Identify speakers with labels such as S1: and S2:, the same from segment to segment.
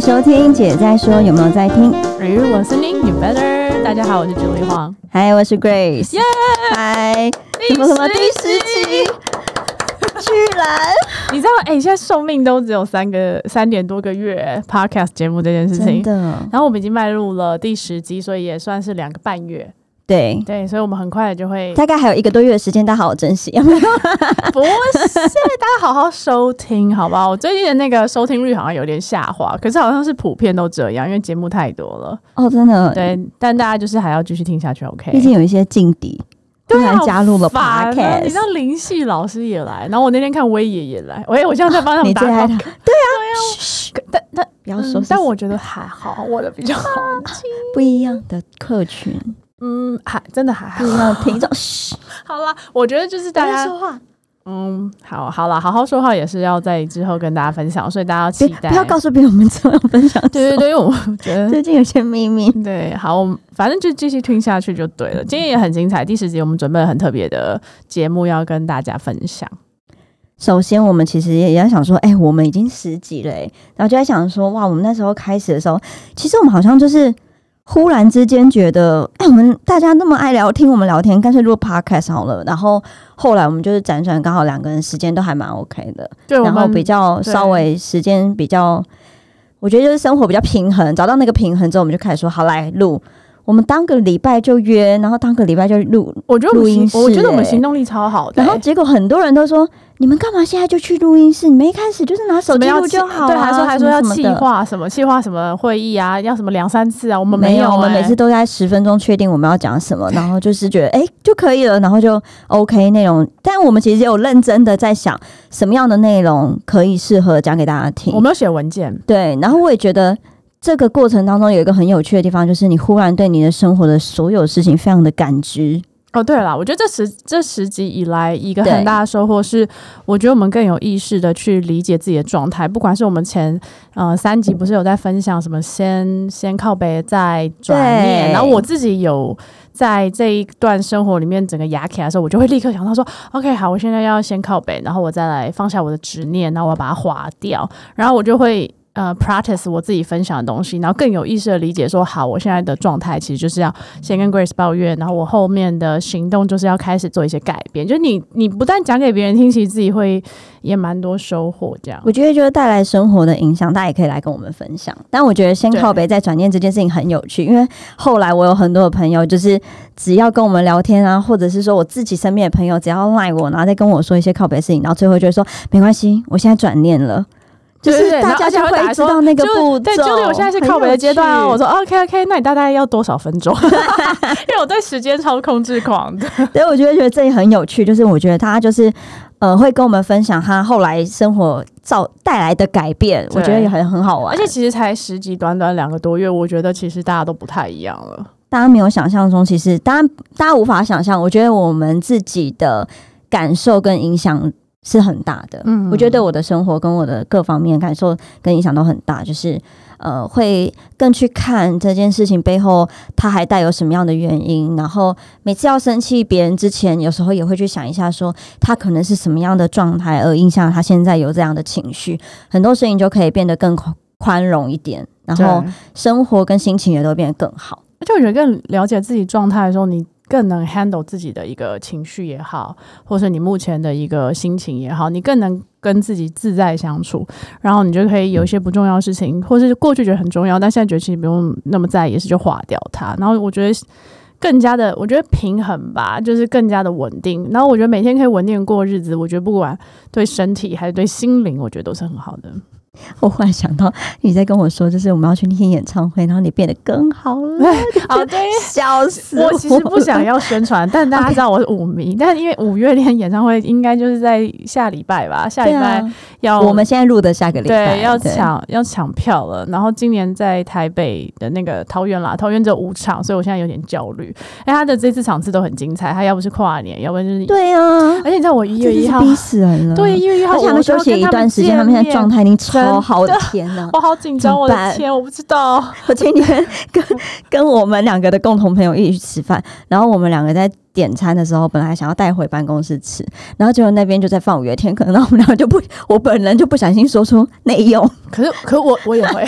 S1: 收听姐在说，有没有在听？
S2: Are you listening? You better。大家好，我是九里黄。
S1: 嗨，我是 Grace，
S2: 耶！
S1: 嗨，什
S2: 什
S1: 么什么第十集，居然
S2: 你知道？哎、现在寿命都只有三个三点多个月。Podcast 节目这件事
S1: 真
S2: 情，
S1: 的
S2: 然后我们已经迈入了第十集，所以也算是两个半月。
S1: 对，
S2: 对，所以我们很快就 会
S1: 大概还有一个多月的时间，大家好好珍惜。
S2: 不是大家好好收听，好不好？我最近的那个收听率好像有点下滑，可是好像是普遍都这样，因为节目太多了。
S1: 哦，真的，，
S2: 对，但大家就是还要继续听下去，OK？
S1: 毕竟有一些劲敌，
S2: 对
S1: 突
S2: 啊，
S1: 然加入了
S2: 好烦哦你知
S1: Podcast，
S2: 道林夕老师也来，然后我那天看威爷也来，哎喂，我现在在帮
S1: 啊
S2: 他
S1: 你
S2: 们打
S1: 最爱
S2: 广告。
S1: 他，
S2: 可但但
S1: 不要说
S2: 嗯
S1: 是，
S2: 但我觉得还好，我的比较好。
S1: 不一样的客群，
S2: 嗯，还真的还好
S1: 不。一样的听众，嘘，
S2: 好啦，我觉得就是大
S1: 不要
S2: 家，
S1: 说话，
S2: 嗯，好好啦，好好说话也是要在之后跟大家分享，所以大家要期
S1: 别
S2: 待。
S1: 不要告诉别人我们怎么分享，
S2: 对对对，因为我觉得
S1: 最近有些秘密，
S2: 对，好，我们反正就继续听下去就对
S1: 嗯
S2: 了。今天也很精彩，第十集我们准备了很特别的节目要跟大家分享。
S1: 首先，我们其实也要想说，哎、我们已经十几了、哎，然后就在想说，哇，我们那时候开始的时候，其实我们好像就是忽然之间觉得，哎、我们大家那么爱聊天，我们聊天干脆录 podcast 好了。然后后来我们就是辗转，刚好两个人时间都还蛮 OK 的，
S2: 对，我
S1: 然后
S2: 们
S1: 比较
S2: 对
S1: 稍微时间比较，我觉得就是生活比较平衡，找到那个平衡之后，我们就开始说，好来录。我们当个礼拜就约，然后当个礼拜就录，
S2: 我觉得我
S1: 录
S2: 们
S1: 音
S2: 行，我觉
S1: 室
S2: 得我们
S1: 欸
S2: 行动力超好的、
S1: 然后
S2: 欸
S1: 结果很多人都说，你们干嘛现在就去录音室？你们一开始就是拿手
S2: 怎么
S1: 机
S2: 要
S1: 录
S2: 气
S1: 就好、啊、
S2: 对，还说还
S1: 什
S2: 说
S1: 么
S2: 要
S1: 什么
S2: 气
S1: 的。
S2: 化什么气化什么会议啊，要什么两三次啊，我
S1: 我
S2: 们
S1: 没
S2: 有、
S1: 有，
S2: 欸，
S1: 我们每次都在十分钟确定我们要讲什么，然后就是觉得哎、就可以了，然后就 OK 内容。但我们其实有认真的在想什么样的内容可以适合讲给大家听
S2: 我。们有写文件，
S1: 对，然后我也觉得这个过程当中有一个很有趣的地方，就是你忽然对你的生活的所有事情非常的感知。
S2: 哦，对了，我觉得这十这十集以来，一个
S1: 对
S2: 很大的收获是，我觉得我们更有意识的去理解自己的状态。不管是我们前呃三集不是有在分享什么先先靠北再转念，
S1: 对
S2: 然后我自己有在这一段生活里面整个牙起来的时候，我就会立刻想到说，OK，好，我现在要先靠北，然后我再来放下我的执念，然后我要把它划掉，然后我就会。呃，practice 我自己分享的东西，然后更有意识的理解说，好，我现在的状态其实就是要先跟 Grace 抱怨，然后我后面的行动就是要开始做一些改变。就是你，你不但讲给别人听，其实自己会也蛮多收获。这样，
S1: 我觉得就是带来生活的影响，大家也可以来跟我们分享。但我觉得先靠北再转念这件事情很有趣，因为后来我有很多的朋友，就是只要跟我们聊天啊，或者是说我自己身边的朋友，只要赖我，然后再跟我说一些靠北的事情，然后最后就会说没关系，我现在转念了，就
S2: 对
S1: 是
S2: 对对
S1: 大
S2: 然后
S1: 家
S2: 而且
S1: 就
S2: 还会打
S1: 会知
S2: 说
S1: 道那个
S2: 就
S1: 步骤。
S2: 对，就是我现在是靠北的阶段啊。
S1: 很
S2: 我
S1: 有趣
S2: 说 OK OK，那你大概要多少分 钟？因为我对时间超控制狂的。
S1: 对，我觉得觉得这也很有趣，就是我觉得他就是呃会跟我们分享他后来生活造带来的改变，我觉得也很很好玩，
S2: 而且其实才十集，短短两个多月，我觉得其实大家都不太一样了。
S1: 大家没有想象中，其实大家大家无法想象，我觉得我们自己的感受跟影响是很大的。
S2: 嗯
S1: 我觉得对我的生活跟我的各方面感受跟影响都很大，就是呃会更去看这件事情背后它还带有什么样的原因，然后每次要生气别人之前，有时候也会去想一下说他可能是什么样的状态而影响他现在有这样的情绪，很多事情就可以变得更宽宽容一点，然后
S2: 对
S1: 生活跟心情也都变得更好。
S2: 而且我觉得更了解自己状态的时候，你更能 handle 自己的一个情绪也好，或是你目前的一个心情也好，你更能跟自己自在相处，然后你就可以有一些不重要的事情，或是过去觉得很重要，但现在觉得其实不用那么在意，也是就划掉它。然后我觉得。更加的，我觉得平衡吧，就是更加的稳定。然后我觉得每天可以稳定地过日子，我觉得不管对身体还是对心灵，我觉得都是很好的。
S1: 我忽然想到，你在跟我说，就是我们要去听演唱会，然后你变得更好了，
S2: 好，对，
S1: 笑死
S2: 哎
S1: 哎
S2: 我其实不想要宣传，但大家知道我是舞迷。但因为五月天演唱会应该就是在下礼拜吧，下礼
S1: 对
S2: 拜
S1: 啊，
S2: 要、
S1: 我们现在录的下个礼拜
S2: 对要抢要抢票了。然后今年在台北的那个桃园啦，桃园只有五场，所以我现在有点焦虑。哎，他的这次场次都很精彩，他要不是跨年，要不然就是。
S1: 对啊，
S2: 而且你知道我一
S1: 这
S2: 月一
S1: 是
S2: 号，
S1: 逼死人了。
S2: 哎对，一月一号，
S1: 而且他们
S2: 我就
S1: 休
S2: 要
S1: 息
S2: 跟
S1: 一段时间，
S2: 见
S1: 他们现在
S2: 面
S1: 状态已经超
S2: 真
S1: 好，我的天呐！
S2: 我好紧张，我
S1: 怎么
S2: 的
S1: 办
S2: 天，我不知道。
S1: 我前几天跟跟我们两个的共同朋友一起吃饭，然后我们两个在点餐的时候，本来想要带回办公室吃，然后结果那边就在放五月天，可能我们两个就不，我本人就不小心说出内用，
S2: 可是，可是我我也会，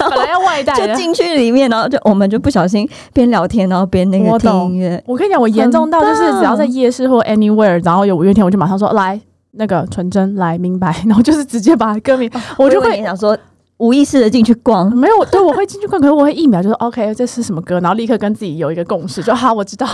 S2: 本来要外带
S1: 就
S2: 的。
S1: 进去里面，然后就我们就不小心边聊天，然后边那个
S2: 我
S1: 听
S2: 懂
S1: 音乐。
S2: 我跟你讲，我严重到就是
S1: 很棒
S2: 只要在夜市或 anywhere，然后有五月天，我就马上说来那个纯真来明白，然后就是直接把歌名，我就
S1: 以为
S2: 会
S1: 你想说无意识的进去逛，
S2: 没有对，我会进去看，可是我会一秒就说 OK 这是什么歌，然后立刻跟自己有一个共识，就好我知道，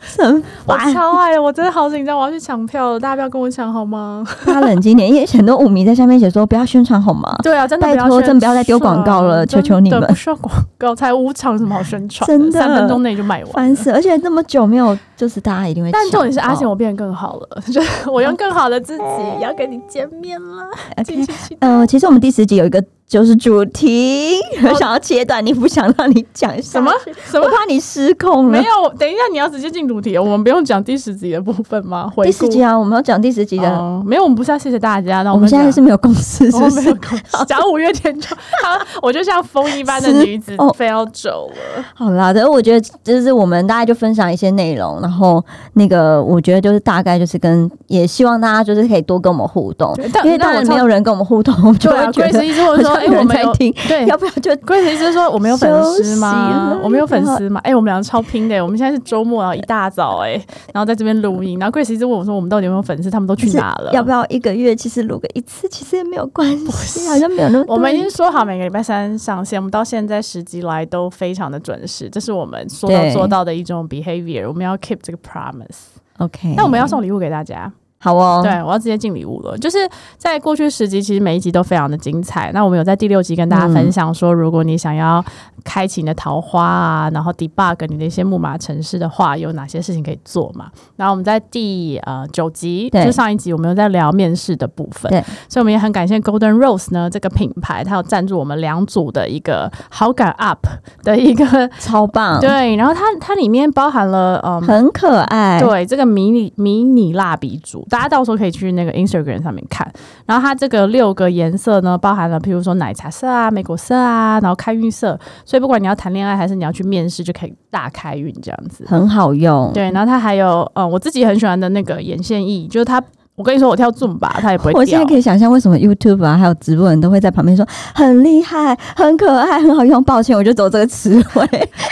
S1: 是很
S2: 我
S1: 烦。
S2: 超爱的，我真的好紧张，我要去抢票了，大家不要跟我抢好吗？
S1: 大家冷静点，因为很多舞迷在下面写说不要宣传好吗？
S2: 对啊，真的
S1: 拜
S2: 要
S1: 托
S2: 宣
S1: 真的不要再丢
S2: 传
S1: 广告了求
S2: 真
S1: 求你
S2: 的
S1: 们
S2: 不需要广告，才五场有什么好宣传？
S1: 真的
S2: 三分钟内就卖完。
S1: 烦死！而且那么久没有，就是大家一定会抢
S2: 但
S1: 到。
S2: 重点是阿贤，我变得更好哦了，就是我用更好的自己要跟你见面了。
S1: OK，
S2: 继续期待
S1: 呃，其实我们第十集有一个就是主题，我想要切断你，不想让你讲
S2: 什么？什
S1: 我
S2: 么？
S1: 怕你失控
S2: 没
S1: 了。
S2: 有，等一下你要直接进主题，我们不用讲第十集的部分吗？回
S1: 第
S2: 顾
S1: 十集啊，我们要讲第十集的。
S2: 哦没有，我们不是要谢谢大家，那
S1: 我们现在是
S2: 讲。
S1: 没有共识，是
S2: 我
S1: 不
S2: 没有
S1: 是？
S2: 空讲五月天就，他我就像风一般的
S1: 是
S2: 女子
S1: 哦
S2: 非要走了。
S1: 好啦，但是我觉得就是我们大概就分享一些内容，然后那个我觉得就是大概就是跟也希望大家就是可以多跟我们互动
S2: 对但，
S1: 因为
S2: 但
S1: 当
S2: 我
S1: 然
S2: 超
S1: 没有人跟我们互动，我们就
S2: 对
S1: 会
S2: 啊，
S1: 觉
S2: 贵
S1: 得
S2: 子一直问说：“
S1: 好像
S2: 哎，
S1: 有
S2: 我
S1: 人
S2: 们
S1: 在
S2: 有
S1: 听，
S2: 对，
S1: 要不要就
S2: 贵子一直说我们有粉丝
S1: 休息
S2: 吗
S1: 了？
S2: 我们有粉丝吗？哎、我们俩超拼的、我们现在是周末，然后一大早哎、然后在这边录音，然后贵子一直问我说我们到底有没有粉丝，他们都去哪了？
S1: 要不要一个月其实录个一次，其实也没有关系，好像没有 那么多
S2: 我们已经说好每个礼拜三上线，我们到现在十集来都非常的准时，这是我们说到
S1: 对
S2: 做到的一种 behavior，我们要 keep 这个 promise。
S1: OK，
S2: 那我们要送礼物给大家，
S1: 好哦，
S2: 对，我要直接进礼物了。就是在过去十集，其实每一集都非常的精彩。那我们有在第六集跟大家分享说，如果你想要开启你的桃花啊，然后 debug 你的一些木马城市的话，有哪些事情可以做嘛？然后我们在第呃九集，
S1: 对
S2: 就上一集我们有在聊面试的部分，
S1: 对，
S2: 所以我们也很感谢 Golden Rose 呢这个品牌，它有赞助我们两组的一个好感 up 的一个、
S1: 超棒，
S2: 对，然后它它里面包含了嗯。
S1: 嗯很可爱，
S2: 对，这个迷你迷你蜡笔组，大家到时候可以去那个 Instagram 上面看。然后它这个六个颜色呢，包含了譬如说奶茶色啊、玫瑰色啊，然后开运色。所以不管你要谈恋爱还是你要去面试，就可以大开运这样子。
S1: 很好用，
S2: 对，然后它还有呃，我自己很喜欢的那个眼线液，就是它，我跟你说我跳 Zoom 吧，它也不会掉。
S1: 我现在可以想象为什么 YouTube 啊，还有直播人都会在旁边说很厉害、很可爱、很好用。抱歉，我就走这个词汇。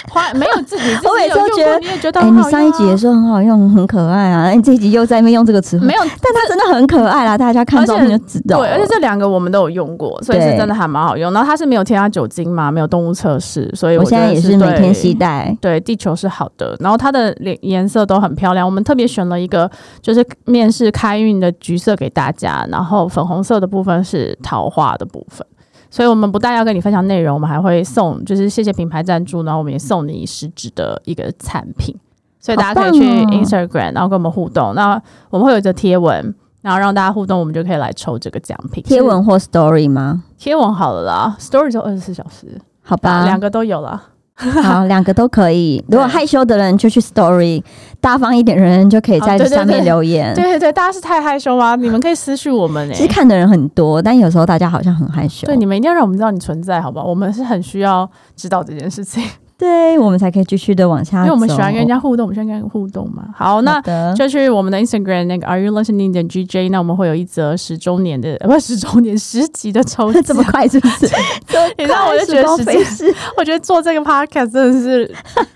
S2: 花没有自己，自 己
S1: 我每次都
S2: 有用
S1: 觉
S2: 过
S1: 得
S2: 你也觉得
S1: 哎、
S2: 很
S1: 你
S2: 好
S1: 上一
S2: 用
S1: 集
S2: 啊
S1: 也说很好用、很可爱啊，你这一集又在那边用这个词汇
S2: 没，有
S1: 但它真的很可爱啦，大家看照片就知道了。
S2: 对，而且这两个我们都有用过，所以是
S1: 对
S2: 真的还蛮好用。然后它是没有添加酒精嘛，没有动物测试，所以
S1: 我
S2: 觉得
S1: 现在也
S2: 是
S1: 是每
S2: 对
S1: 天携带。
S2: 对地球是好的，然后它的脸颜色都很漂亮。我们特别选了一个就是面试开运的橘色给大家，然后粉红色的部分是桃花的部分。所以我们不但要跟你分享内容，我们还会送，就是谢谢品牌赞助，然后我们也送你实质的一个产品。所以大家可以去
S1: 好棒哦
S2: Instagram，然后跟我们互动。那我们会有一则贴文，然后让大家互动，我们就可以来抽这个奖品。
S1: 贴文或 Story 吗？
S2: 贴文好了啦，Story 就二十四小时，
S1: 好吧，
S2: 两个都有了。
S1: 好，两个都可 以。如果
S2: 对
S1: 害羞的人就去 Story，大方一点的人就可以
S2: 哦
S1: 在
S2: 对对
S1: 下面
S2: 对
S1: 留言。
S2: 对对对，大家是太害羞吗？你们可以私讯我们哎、
S1: 其实看的人很多，但有时候大家好像很害羞。
S2: 对，你们一定要让我们知道你存在，好不好？我们是很需要知道这件事情，
S1: 对我们才可以继续的往下
S2: 因
S1: 走，
S2: 为我们喜欢跟人家互动，我们喜欢跟人互动嘛。好，那
S1: 好的
S2: 就去我们的 Instagram 那个 Are you listening 的 GJ，那我们会有一则十周年的，呃，不是十周年十集的 抽
S1: 这
S2: 奖
S1: 么。快是不是？
S2: 你知道，我就觉得时
S1: 飞
S2: 间，
S1: 逝，
S2: 我觉得做这个 podcast 真的是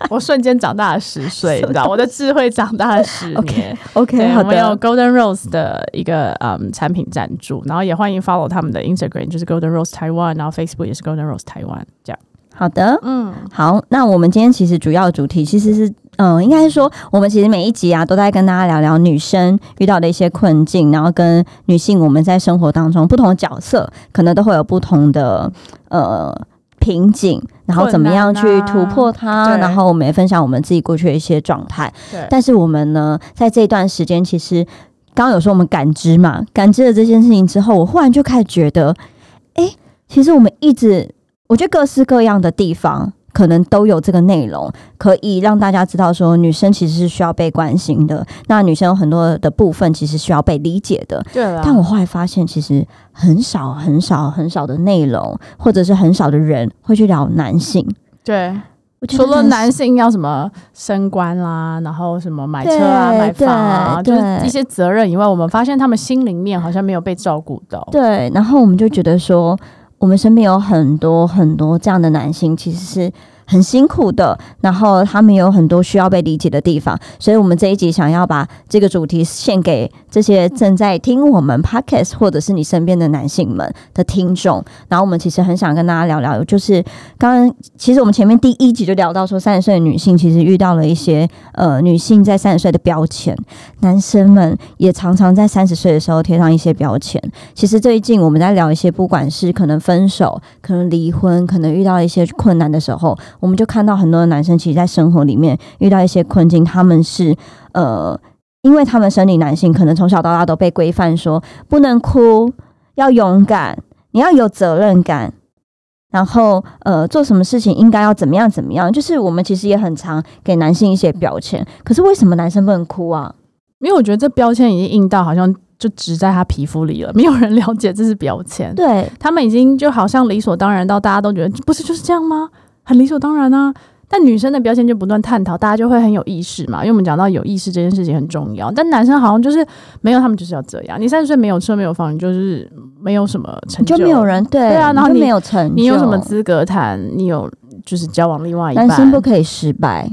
S2: 我瞬间长大了十 岁，你知道，我的智慧长大了十
S1: OK，
S2: 年。
S1: OK，
S2: 对，
S1: 好
S2: 我们有
S1: 的，
S2: Golden Rose 的一个嗯产品赞助，然后也欢迎 follow 他们的 Instagram，就是 Golden Rose Taiwan，然后 Facebook 也是 Golden Rose Taiwan，这样。
S1: 好的。
S2: 嗯，
S1: 好，那我们今天其实主要的主题其实是，嗯，应该是说我们其实每一集啊都在跟大家聊聊女生遇到的一些困境，然后跟女性我们在生活当中不同的角色，可能都会有不同的呃瓶颈，然后怎么样去
S2: 困难啊
S1: 突破它，
S2: 对
S1: 然后我们也分享我们自己过去的一些状态。
S2: 对。
S1: 但是我们呢，在这一段时间，其实刚刚有说我们感知嘛，感知了这件事情之后，我忽然就开始觉得，哎、其实我们一直，我觉得各式各样的地方。可能都有这个内容，可以让大家知道说，女生其实是需要被关心的。那女生有很多的部分其实需要被理解的。
S2: 对啊了，
S1: 但我后来发现，其实很少、很少、很少的内容，或者是很少的人会去聊男性。
S2: 对，
S1: 我觉得
S2: 除
S1: 真
S2: 了
S1: 的是
S2: 男性要什么升官啦，然后什么买车啊、
S1: 对
S2: 买房啊，
S1: 对
S2: 就是
S1: 对
S2: 一些责任以外，我们发现他们心灵面好像没有被照顾到。
S1: 对，然后我们就觉得说，我们身边有很多很多这样的男性，其实是很辛苦的，然后他们有很多需要被理解的地方，所以我们这一集想要把这个主题献给这些正在听我们 podcast 或者是你身边的男性们的听众。然后我们其实很想跟大家聊聊，就是刚刚其实我们前面第一集就聊到说，三十岁的女性其实遇到了一些呃女性在三十岁的标签，男生们也常常在三十岁的时候贴上一些标签。其实最近我们在聊一些，不管是可能分手、可能离婚、可能遇到一些困难的时候，我们就看到很多的男生其实，在生活里面遇到一些困境，他们是呃，因为他们生理男性，可能从小到大都被规范说不能哭，要勇敢，你要有责任感。然后，呃，做什么事情应该要怎么样怎么样，就是我们其实也很常给男性一些标签。可是为什么男生不能哭啊？
S2: 因为我觉得这标签已经印到好像就植在他皮肤里了，没有人了解这是标签。
S1: 对，
S2: 他们已经就好像理所当然到大家都觉得不是就是这样吗？很理所当然啊。但女生的标签就不断探讨，大家就会很有意识嘛，因为我们讲到有意识这件事情很重要。但男生好像就是没有，他们就是要这样。你三十岁没有车没有房，你就是没有什么成
S1: 你就没有人对
S2: 对啊然后
S1: 你就
S2: 你
S1: 没有成就，
S2: 你有什么资格谈？你有就是交往另外一半？
S1: 男生不可以失败，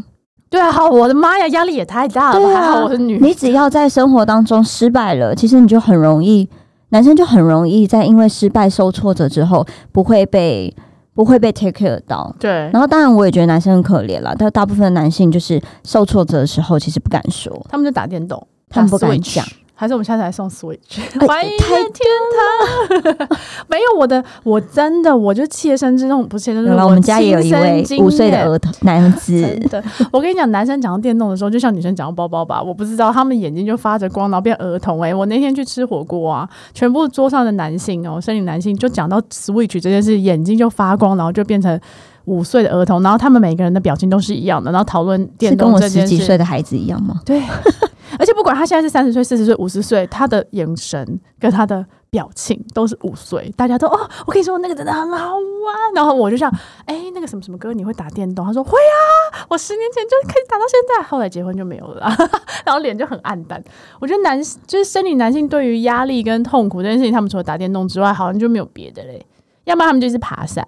S2: 对啊，好，我的妈呀，压力也太大了吧。
S1: 对啊
S2: 还好我是女，
S1: 你只要在生活当中失败了，其实你就很容易，男生就很容易在因为失败受挫折之后，不会被不会被 take care 到。
S2: 对
S1: 然后当然我也觉得男生很可怜啦，但大部分的男性就是受挫折的时候，其实不敢说，
S2: 他们就打电动，
S1: 他们不
S2: 打
S1: 敢
S2: Switch
S1: 讲。。
S2: 还是我们下次来送 Switch，
S1: 哎
S2: 欢迎
S1: 太
S2: 在天堂。 没有我的，我真的我就切身之痛，不是切身之
S1: 原
S2: 痛。
S1: 来我们家也有
S2: 嗯亲
S1: 一
S2: 身
S1: 位
S2: 经
S1: 五岁的
S2: 验
S1: 儿童男子
S2: 真，的，我跟你讲，男生讲到电动的时候，就像女生讲到包包吧，我不知道他们眼睛就发着光，然后变儿童、欸。我那天去吃火锅啊，全部桌上的男性哦，生理男性就讲到 Switch 这件事，眼睛就发光，然后就变成五岁的儿童，然后他们每个人的表情都是一样的，然后讨论
S1: 是
S2: 电
S1: 跟
S2: 动
S1: 我
S2: 这
S1: 十
S2: 件
S1: 几
S2: 事。
S1: 岁的孩子一样吗？
S2: 对，而且不管他现在是三十岁、四十岁、五十岁，他的眼神跟他的表情都是五岁，大家都哦，我跟你说那个真的很好玩。然后我就想，哎、那个什么什么哥，你会打电动？他说会啊，我十年前就可以打到现在，后来结婚就没有了 啦，然后脸就很暗淡。我觉得男就是生理男性对于压力跟痛苦这件事情，他们除了打电动之外，好像就没有别的嘞。要不然他们就是爬山，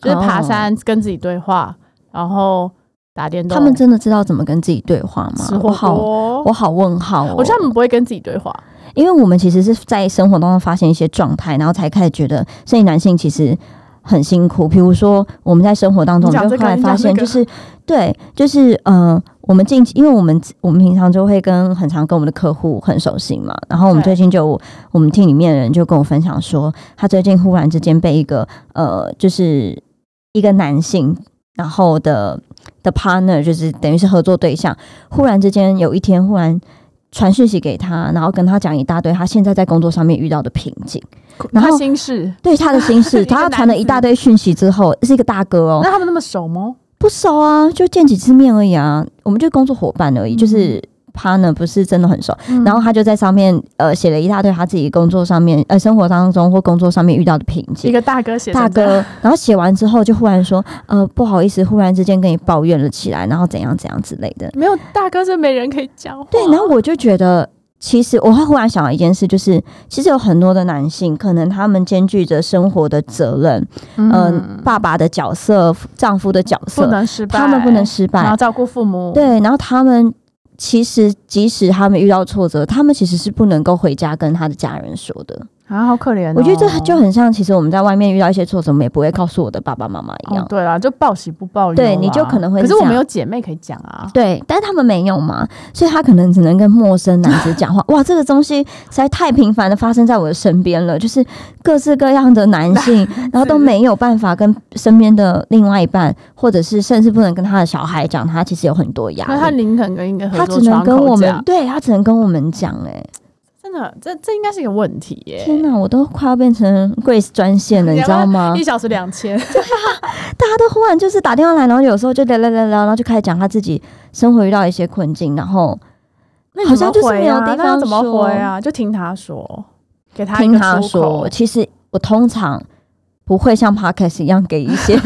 S2: 就是爬
S1: 哦
S2: 山跟自己对话，然后打电动。
S1: 他们真的知道怎么跟自己对话吗
S2: 吃？火
S1: 我好，
S2: 锅
S1: 我好问号哦。
S2: 我觉得他们不会跟自己对话，
S1: 因为我们其实是在生活当中发现一些状态，然后才开始觉得生理男性其实很辛苦。比如说我们在生活当中，
S2: 你
S1: 我
S2: 讲
S1: 们就
S2: 这个
S1: 后来发现，
S2: 你
S1: 就
S2: 讲
S1: 是、对，就是呃，我们近期，因为我们我们平常就会跟很常跟我们的客户很熟悉嘛，然后我们
S2: 对
S1: 最近就我们 team 里面的人就跟我分享说，他最近忽然之间被一个呃，就是一个男性，然后的的 partner 就是等于是合作对象，忽然之间有一天忽然传讯息给他，然后跟他讲一大堆他现在在工作上面遇到的瓶颈，然后
S2: 他心事。
S1: 对他的心
S2: 一
S1: 事，
S2: 个
S1: 他传了
S2: 男
S1: 一
S2: 子
S1: 大堆讯息之后，是一个大哥哦
S2: 那，他们那么熟吗？
S1: 不熟啊，就见几次面而已啊，我们就工作伙伴而已，
S2: 嗯
S1: 就是 partner 不是真的很熟。然后
S2: 嗯
S1: 他就在上面呃写了一大堆他自己工作上面呃生活当中或工作上面遇到的瓶
S2: 一
S1: 颈。
S2: 个大哥写成
S1: 大
S2: 这样，
S1: 哥， 然后写完之后就忽然说，呃，不好意思，忽然之间跟你抱怨了起来，然后怎样怎样之类的。
S2: 没有大哥是没人可以讲话。
S1: 对，然后我就觉得，其实我会忽然想到一件事，就是其实有很多的男性，可能他们兼具着生活的责任，
S2: 嗯
S1: 嗯、爸爸的角色、丈夫的角
S2: 不
S1: 色，
S2: 能失败，
S1: 他们不能失
S2: 然
S1: 败
S2: 后。照顾父母，，
S1: 对，然后他们其实即使他们遇到挫折，他们其实是不能够回家跟他的家人说的。
S2: 啊，好可怜哦。
S1: 我觉得这就很像，其实我们在外面遇到一些挫折，我们也不会告诉我的爸爸妈妈一
S2: 哦
S1: 样。，
S2: 对啦，就报喜不报忧啦。
S1: 对你就可能会
S2: 可是我
S1: 这样
S2: 们有姐妹可以讲啊。
S1: 对，但他们没有嘛，所以他可能只能跟陌生男子 讲话。哇，这个东西实在太频繁的发生在我的身边了，就是各式各样的男性， 然后都没有办法跟身边的另外一半，或者是甚至不能跟他的小孩讲，他其实有很多
S2: 那他
S1: 压力。
S2: 宁肯跟一个合
S1: 他
S2: 作
S1: 啊只能
S2: 窗
S1: 跟
S2: 口
S1: 我
S2: 讲
S1: 们，，对他只能跟我们讲、欸，
S2: 真的，这这应该是一个问题耶。
S1: 天哪，我都快要变成 Grace 专线了，你知道吗
S2: 一？小时两 千，
S1: 大家都忽然就是打电话来，然后有时候就聊聊聊聊，然后就开始讲他自己生活遇到一些困境，然后
S2: 那你
S1: 好
S2: 怎
S1: 像
S2: 么
S1: 就是
S2: 回
S1: 没有
S2: 啊
S1: 地
S2: 那要
S1: 方
S2: 怎么
S1: 说
S2: 回啊？就听他说，给他一
S1: 听
S2: 个
S1: 他
S2: 出口
S1: 说，其实我通常不会像 Podcast 一样给一些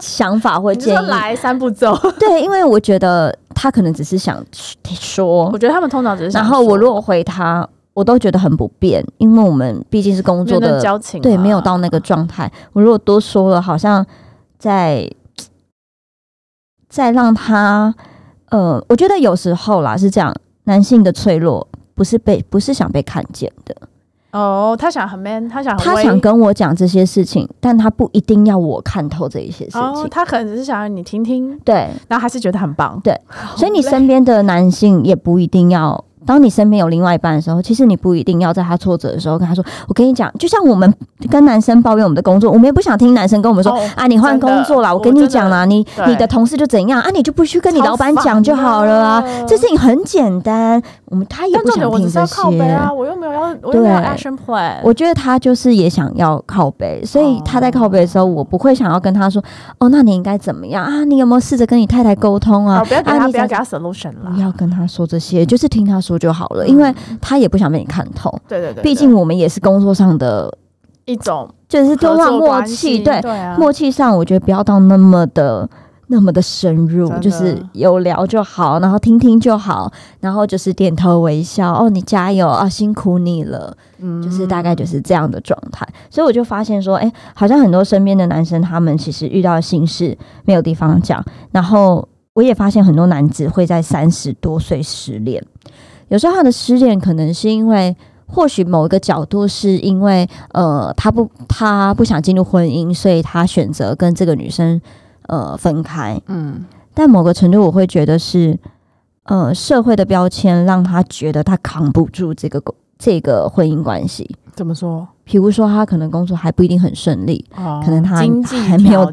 S1: 想法或
S2: 你就
S1: 建
S2: 说
S1: 议，
S2: 来三步走。
S1: 对，因为我觉得他可能只是想说
S2: 我，觉得他们通常只是想
S1: 然
S2: 说，
S1: 后我如果回他，我都觉得很不便，因为我们毕竟是工
S2: 没有
S1: 作
S2: 那
S1: 的，
S2: 交情、
S1: 对，没有到那个状态。我如果多说了，好像在再让他，呃，我觉得有时候啦是这样，男性的脆弱不是被不是想被看见的，
S2: 哦，他想很 man，他想很
S1: 他
S2: 威
S1: 想跟我讲这些事情，但他不一定要我看透这一些事情。
S2: 哦，他可能只是想让你听听，
S1: 对，
S2: 然后还是觉得很棒。
S1: 对
S2: 好累，
S1: 所以你身边的男性也不一定要。当你身边有另外一半的时候，其实你不一定要在他挫折的时候跟他说：“我跟你讲，就像我们跟男生抱怨我们的工作，我们也不想听男生跟我们说、
S2: 哦
S1: 啊，你换工作啦，
S2: 真的
S1: 我跟你讲啦，你
S2: 对
S1: 你的同事就怎样啊，你就不去跟你
S2: 超
S1: 老板
S2: 烦
S1: 讲就好了啊。
S2: 的
S1: 这事情很简单，我们他也
S2: 但
S1: 不
S2: 重点
S1: 想
S2: 我只
S1: 听
S2: 是
S1: 这
S2: 要
S1: 些。
S2: 靠背啊，我又没有要，我又没有
S1: 对
S2: action plan。
S1: 我觉得他就是也想要靠背，所以他在靠背的时候，我不会想要跟他说：“哦，那你应该怎么样啊？你有没有试着跟你太太沟通啊？”
S2: 哦不要给
S1: 啊
S2: 他，
S1: 你
S2: 不
S1: 怎
S2: 要给他 solution 啦。嗯
S1: 不要跟他说这些，就是听他说就好了，因为他也不想被你看透。
S2: 对对对，
S1: 毕
S2: 对
S1: 竟我们也是工作上的，
S2: 一种
S1: 就是
S2: 合
S1: 都让
S2: 作
S1: 默
S2: 关
S1: 契，
S2: 系
S1: 对，
S2: 对啊，
S1: 默契上我觉得不要到那么的。那么的深入
S2: 真，的
S1: 就是有聊就好，然后听听就好，然后就是点头微笑。哦，你加油啊，辛苦你了，
S2: 嗯
S1: 就是大概就是这样的状态。所以我就发现说，哎、好像很多身边的男生，他们其实遇到心事没有地方讲。然后我也发现很多男子会在三十多岁失恋，有时候他的失恋可能是因为。或许某一个角度是因为，呃，他不，他不想进入婚姻，所以他选择跟这个女生，呃，分开。
S2: 嗯
S1: 但某个程度，我会觉得是，呃，社会的标签让他觉得他扛不住这个这个婚姻关系。
S2: 怎么说？
S1: 比如说，他可能工作还不一定很顺利，
S2: 哦
S1: 可能他
S2: 经济
S1: 还没有
S2: 条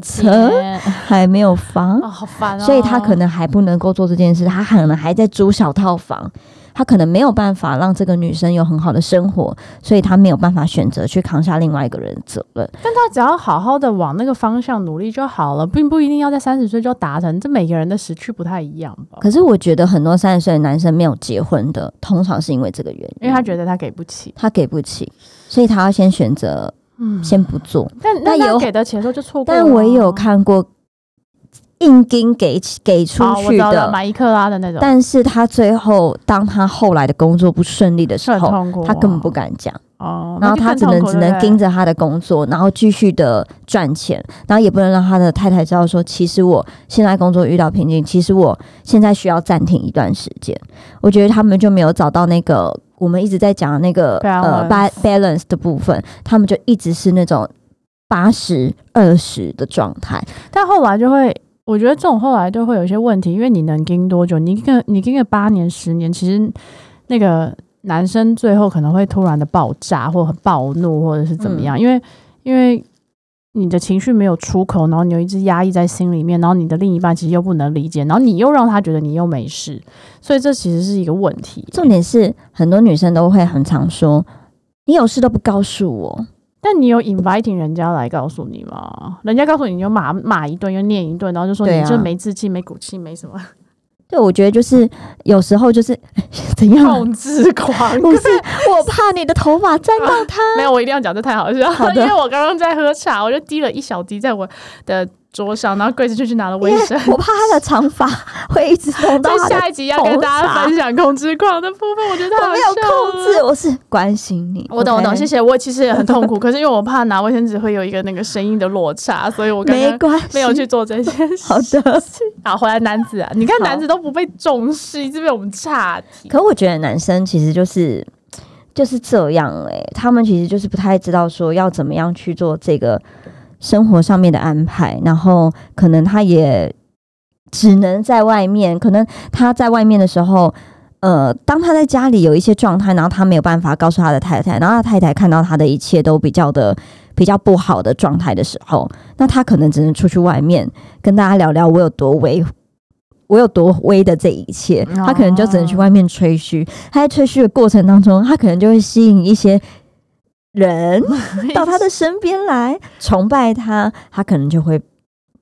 S1: 车
S2: 件
S1: 还没有房，
S2: 哦，好烦哦。
S1: 所以他可能还不能够做这件事。他可能还在租小套房，他可能没有办法让这个女生有很好的生活，所以他没有办法选择去扛下另外一个人的责任。
S2: 但他只要好好的往那个方向努力就好了，并不一定要在三十岁就达成。这每个人的时区不太一样吧，
S1: 可是我觉得很多三十岁的男生没有结婚的，通常是因为这个原因，
S2: 因为他觉得他给不起。
S1: 他给不起，所以他要先选择
S2: 嗯，
S1: 先不做。
S2: 但
S1: 但
S2: 那
S1: 有
S2: 他给的钱的时候就错过了啊。
S1: 但我也有看过硬盯给给出
S2: 哦我
S1: 去
S2: 知道
S1: 的
S2: 了，买一克拉的那种，
S1: 但是他最后，当他后来的工作不顺利的时
S2: 是很
S1: 候，
S2: 痛苦啊。
S1: 他根本不敢讲，
S2: 哦，
S1: 然后他只能只能盯
S2: 着。
S1: 着他的工作，然后继续的赚钱，然后也不能让他的太太知道说，其实我现在工作遇到瓶颈，其实我现在需要暂停一段时间。我觉得他们就没有找到那个我们一直在讲的那个
S2: 啊
S1: 呃 ba- balance 的部分，他们就一直是那种八十二十的状态。
S2: 但后来就会，我觉得这种后来就会有一些问题，因为你能盯多久？你一个你盯个八年、十年，其实那个男生最后可能会突然的爆炸，或很暴怒，或者是怎么
S1: 嗯
S2: 样，因为因为。你的情绪没有出口，然后你又一直压抑在心里面，然后你的另一半其实又不能理解，然后你又让他觉得你又没事，所以这其实是一个问题。
S1: 重点是，很多女生都会很常说，你有事都不告诉我。
S2: 但你有 inviting 人家来告诉你吗？人家告诉你，你就骂骂一顿，又念一顿，然后就说
S1: 对
S2: 你
S1: 啊
S2: 这没志气、没骨气、没什么
S1: 对，我觉得就是有时候就是 怎样啊，
S2: 控制狂。
S1: 不是我怕你的头发沾到它。
S2: 啊 没有，我一定要讲，这太好笑
S1: 好
S2: 了。
S1: 的
S2: 因为我刚刚在喝茶，我就滴了一小滴在我的桌上，然后柜子就去拿了卫 生。
S1: 我怕他的长 发会一直弄到
S2: 所以
S1: 他的
S2: 下一集要跟大家分享控制狂的部分，我觉得太
S1: 我
S2: 好
S1: 没
S2: 笑
S1: 有
S2: 了
S1: 控制，。我是关心你。
S2: 啊我懂，我
S1: OK？
S2: 懂，谢谢。我其实也很痛苦，可是因为我怕拿卫生纸会有一个那个声音的落差，所以我刚
S1: 没
S2: 刚
S1: 关系，
S2: 没有去做这件 事。
S1: 好的。
S2: 好，回来男子啊，你看
S1: 好
S2: 男子都不被重视，一直被我们岔题。
S1: 可我觉得男生其实就是就是这样哎、他们其实就是不太知道说要怎么样去做这个生活上面的安排，然后可能他也只能在外面，可能他在外面的时候。呃，当他在家里有一些状态，然后他没有办法告诉他的太太，然后他太太看到他的一切都比较的比较不好的状态的时候，那他可能只能出去外面跟大家聊聊我有多危， 我有多危的这一切，他可能就只能去外面吹嘘。他在吹嘘的过程当中，他可能就会吸引一些人到他的身边来崇拜他，他可能就会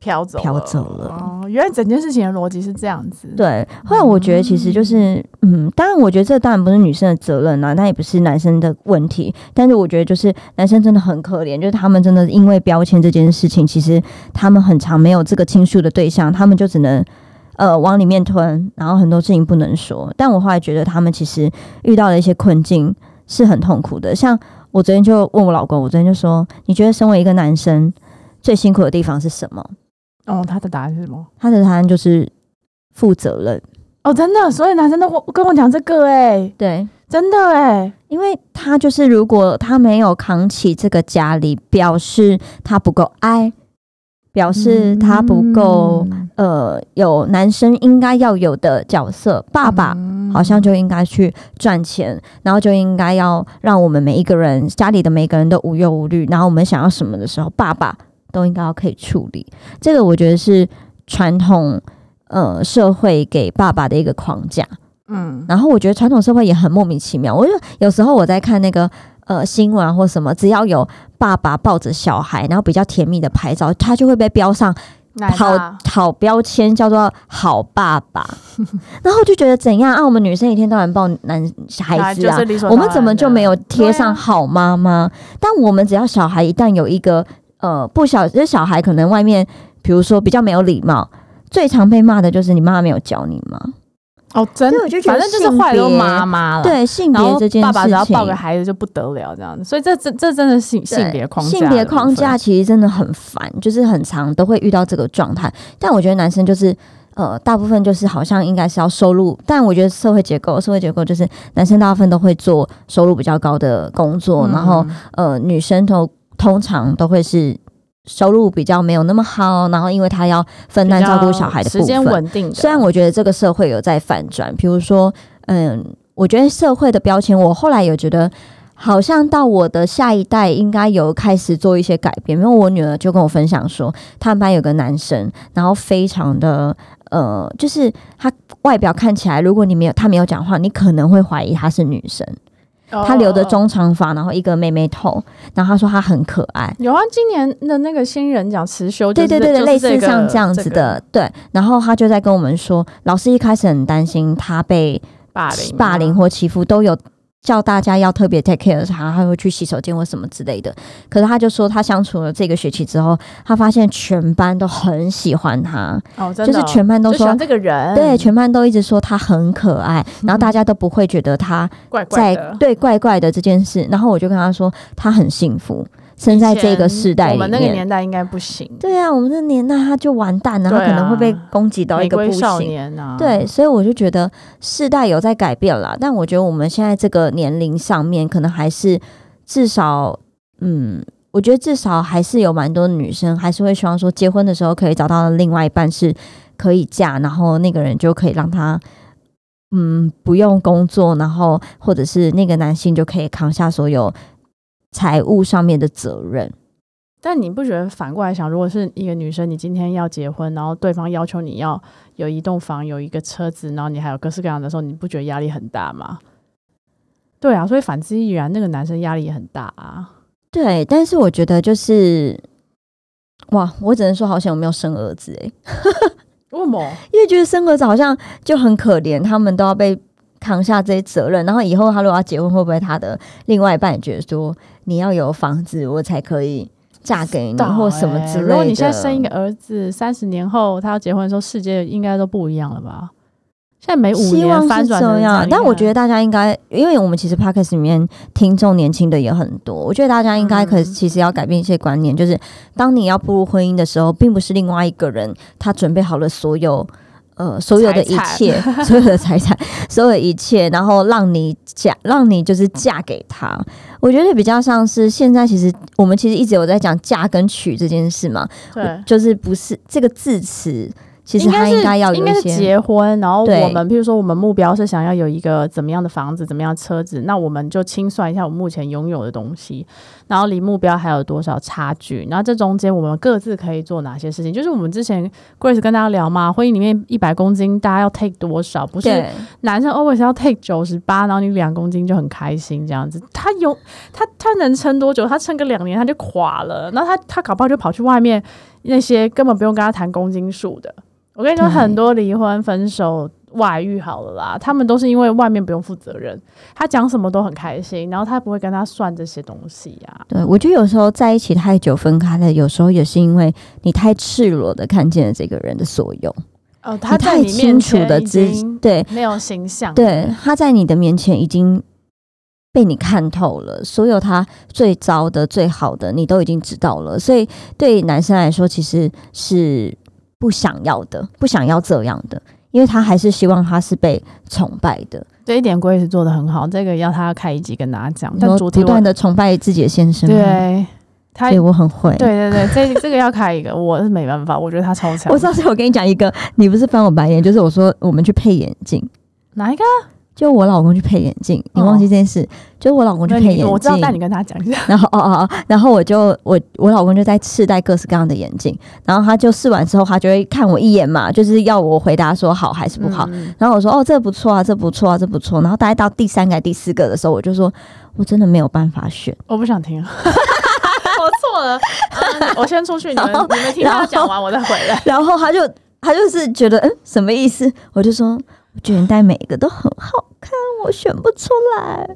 S2: 飘走，
S1: 飘走了。
S2: 哦，原来整件事情的逻辑是这样子。
S1: 对，后来我觉得其实就是，嗯，当然，我觉得这当然不是女生的责任啦、啊那也不是男生的问题。但是我觉得就是男生真的很可怜，就是他们真的因为标签这件事情，其实他们很常没有这个倾诉的对象，他们就只能呃往里面吞，然后很多事情不能说。但我后来觉得他们其实遇到了一些困境，是很痛苦的。像我昨天就问我老公，我昨天就说，你觉得身为一个男生最辛苦的地方是什么？
S2: 哦，他的答案是什么？
S1: 他的答案就是负责任。
S2: 哦，真的，所有男生都跟我讲这个哎、
S1: 对，
S2: 真的哎、
S1: 因为他就是如果他没有扛起这个家里，表示他不够爱，表示他不够、
S2: 嗯
S1: 呃有男生应该要有的角色，爸爸。
S2: 嗯
S1: 好像就应该去赚钱，然后就应该要让我们每一个人家里的每一个人都无忧无虑，然后我们想要什么的时候，爸爸都应该要可以处理。这个我觉得是传统呃社会给爸爸的一个框架。
S2: 嗯
S1: 然后我觉得传统社会也很莫名其妙。我就有时候我在看那个呃新闻啊或什么，只要有爸爸抱着小孩，然后比较甜蜜的拍照，他就会被标上
S2: 奶
S1: 好
S2: 爸
S1: 好标签叫做好爸爸， 然后我就觉得怎样啊？我们女生一天到晚抱男孩子
S2: 就
S1: 啊
S2: 是，理所
S1: 我
S2: 当然
S1: 们
S2: 的
S1: 怎么就没有贴上
S2: 对啊啊
S1: 好妈妈？但我们只要小孩一旦有一个呃不小，就是小孩可能外面比如说比较没有礼貌，最常被骂的就是你妈妈没有教你吗？
S2: 哦，真
S1: 对我就觉得
S2: 反正就是坏都妈妈了。。
S1: 对性别
S2: 嗯然后
S1: 这件事情，
S2: 爸爸只要抱个孩子就不得了，这样子，所以这这这真的是性
S1: 对
S2: 性别框架的部
S1: 性
S2: 分，
S1: 别框架其实真的很烦，就是很常都会遇到这个状态。但我觉得男生就是。呃，大部分就是好像应该是要收入，但我觉得社会结构，社会结构就是男生大部分都会做收入比较高的工作，
S2: 嗯
S1: 然后呃，女生通通常都会是收入比较没有那么好，然后因为她要分担
S2: 比较
S1: 照顾小孩的部
S2: 时间
S1: 分，
S2: 稳定的，
S1: 虽然我觉得这个社会有在反转，比如说，嗯，我觉得社会的标签，我后来有觉得，好像到我的下一代应该有开始做一些改变。因为我女儿就跟我分享说，他们班有个男生，然后非常的。呃，就是他外表看起来，如果你没有他没有讲话，你可能会怀疑他是女生。
S2: 哦
S1: 他留着中长发，然后一个妹妹头，然后他说他很可爱，
S2: 有啊，今年的那个新人奖辞修，
S1: 对对对
S2: 哦就
S1: 对，
S2: 是
S1: 类
S2: 就是
S1: 似
S2: 个
S1: 像这样子
S2: 这个
S1: 的，对。然后他就在跟我们说，老师一开始很担心他被
S2: 霸凌
S1: 霸凌或欺负，都有叫大家要特别 take care 他，他会去洗手间或什么之类的。可是他就说，他相处了这个学期之后，他发现全班都很喜欢他，
S2: 哦，真
S1: 就
S2: 的
S1: 是
S2: 哦
S1: 全班都
S2: 就喜
S1: 说
S2: 欢。这个人，
S1: 对，全班都一直说他很可爱，然后大家都不会觉得他
S2: 怪嗯怪
S1: 在
S2: 的。
S1: 对怪怪的这件事。然后我就跟他说，他很幸福，生在这个世代
S2: 我
S1: 里
S2: 们
S1: 面。
S2: 那个年代应该不行，
S1: 对啊，我们那年代他就完蛋了，他
S2: 对
S1: 可能会被
S2: 啊
S1: 攻击到一
S2: 玫
S1: 个
S2: 瑰
S1: 不
S2: 少
S1: 行。
S2: 年啊，
S1: 对，所以我就觉得世代有在改变啦，但我觉得我们现在这个年龄上面，可能还是至少，嗯，我觉得至少还是有蛮多女生还是会希望说，结婚的时候可以找到另外一半是可以嫁，然后那个人就可以让他，嗯，不用工作，然后或者是那个男性就可以扛下所有财务上面的责任。
S2: 但你不觉得反过来想，如果是一个女生，你今天要结婚，然后对方要求你要有一栋房、有一个车子，然后你还有各式各样的时候，你不觉得压力很大吗？对啊，所以反之亦然，那个男生压力也很大啊。
S1: 对，但是我觉得就是，哇，我只能说好险我没有生儿子欸诶、
S2: 为么？
S1: 因为觉得生儿子好像就很可怜，他们都要被扛下这些责任，然后以后他如果要结婚，会不会他的另外一半也觉得说你要有房子，我才可以嫁给你或什么之类的？
S2: 欸如果你现在生一个儿子，三十年后他要结婚的时候，世界应该都不一样了吧？现在每哎五
S1: 希
S2: 年
S1: 望
S2: 翻
S1: 是
S2: 转成
S1: 这
S2: 这样
S1: 样，，但我觉
S2: 得
S1: 得大家应该，因为我们其实 podcast 里面听众年轻的也很多，我觉得大家应该可
S2: 嗯
S1: 其实要改变一些观念，就是当你要步入婚姻的时候，并不是另外一个人他准备好了所有。呃，所有的一切， 所有的财产，所有的一切，然后让你嫁，让你就是嫁给他。我觉得比较像是现在，其实我们其实一直有在讲嫁跟娶这件事嘛，
S2: 对。
S1: 就是不是这个字词，其实
S2: 应
S1: 它
S2: 该
S1: 应
S2: 是
S1: 该要有
S2: 应
S1: 一
S2: 该是
S1: 些
S2: 结婚，然后
S1: 对
S2: 我们譬如说我们目标是想要有一个怎么样的房子、怎么样的车子，那我们就清算一下我们目前拥有的东西，然后离目标还有多少差距，然后这中间我们各自可以做哪些事情？就是我们之前 Grace 跟大家聊嘛，婚姻里面一百公斤大家要 take 多少，不是
S1: 对
S2: 男生 always 要 take 九十八，然后你两公斤就很开心这样子。他有他他能撑多久？他撑个两年他就垮了，那他他搞不好就跑去外面那些根本不用跟他谈公斤数的。我跟你说，
S1: 对
S2: 很多离婚、分手、外遇好了啦，他们都是因为外面不用负责任，他讲什么都很开心，然后他不会跟他算这些东西啊呀、
S1: 对，我觉得有时候在一起太久分开了，有时候也是因为你太赤裸的看见了这个人的所有，
S2: 哦，他
S1: 你
S2: 在
S1: 太
S2: 你面
S1: 清楚
S2: 前
S1: 的
S2: 已
S1: 知
S2: 经
S1: 对
S2: 没有形象，
S1: 对，他在你的面前已经被你看透了，所有他最糟的、最好的，你都已经知道了。所以对男生来说，其实是不想要的，不想要这样的，因为他还是希望他是被崇拜的，
S2: 这一点 Grace 做的很好，这个要他开一集跟大家讲。像
S1: 然
S2: 主
S1: 后
S2: 题
S1: 不
S2: 我
S1: 断的崇拜自己的先生。，
S2: 对他
S1: 对我很会。
S2: 对对对，这这个要开一个， 我是没办法，我觉得他超强。
S1: 我上次有跟你讲一个，你不是翻我白眼，就是我说我们去配眼镜，
S2: 哪一个？
S1: 就我老公去配眼镜，你
S2: 哦
S1: 忘记这件事？就我老公去
S2: 那
S1: 配眼
S2: 你
S1: 镜，
S2: 我知道，但你跟他讲一下。
S1: 然后哦哦，哦，然后我就我我老公就在试戴各式各样的眼镜，然后他就试完之后，他就会看我一眼嘛，就是要我回答说好还是不好。
S2: 嗯
S1: 然后我说哦，这不错啊，这不错啊，这不错。然后大概到第三个、第四个的时候，我就说我真的没有办法选。
S2: 我不想听。 我错了， 嗯我先出去，你们
S1: 然后
S2: 你们听他讲完，我再回 来。
S1: 然后他就他就是觉得嗯什么意思？我就说我觉得你戴每一个都很好看，我选不出来。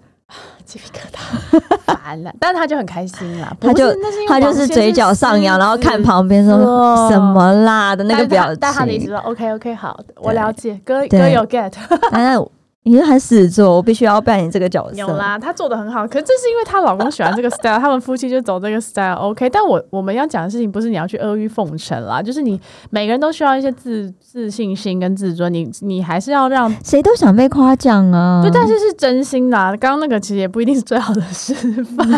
S2: 鸡皮疙瘩， 烦了。但是他就很开心啦，
S1: 他就
S2: 不是那是因为
S1: 他就
S2: 王
S1: 是
S2: 先
S1: 嘴角上扬，
S2: 狮
S1: 然后看
S2: 子
S1: 旁边说
S2: 哦
S1: 什么啦的那个表情。
S2: 但他的意思说 OK OK 好，我了解，哥
S1: 对
S2: 哥有 get，
S1: 但是你是很狮子座，我必须要扮演这个角色。
S2: 有啦，他做的很好。可是这是因为她老公喜欢 这个 style，他们夫妻就走这个 style OK。但我我们要讲的事情不是你要去阿谀奉承啦，就是你每个人都需要一些自自信心跟自尊，你你还是要让。
S1: 谁都想被夸奖啊。
S2: 对，但是是真心的啊、刚刚那个其实也不一定是最好的示范，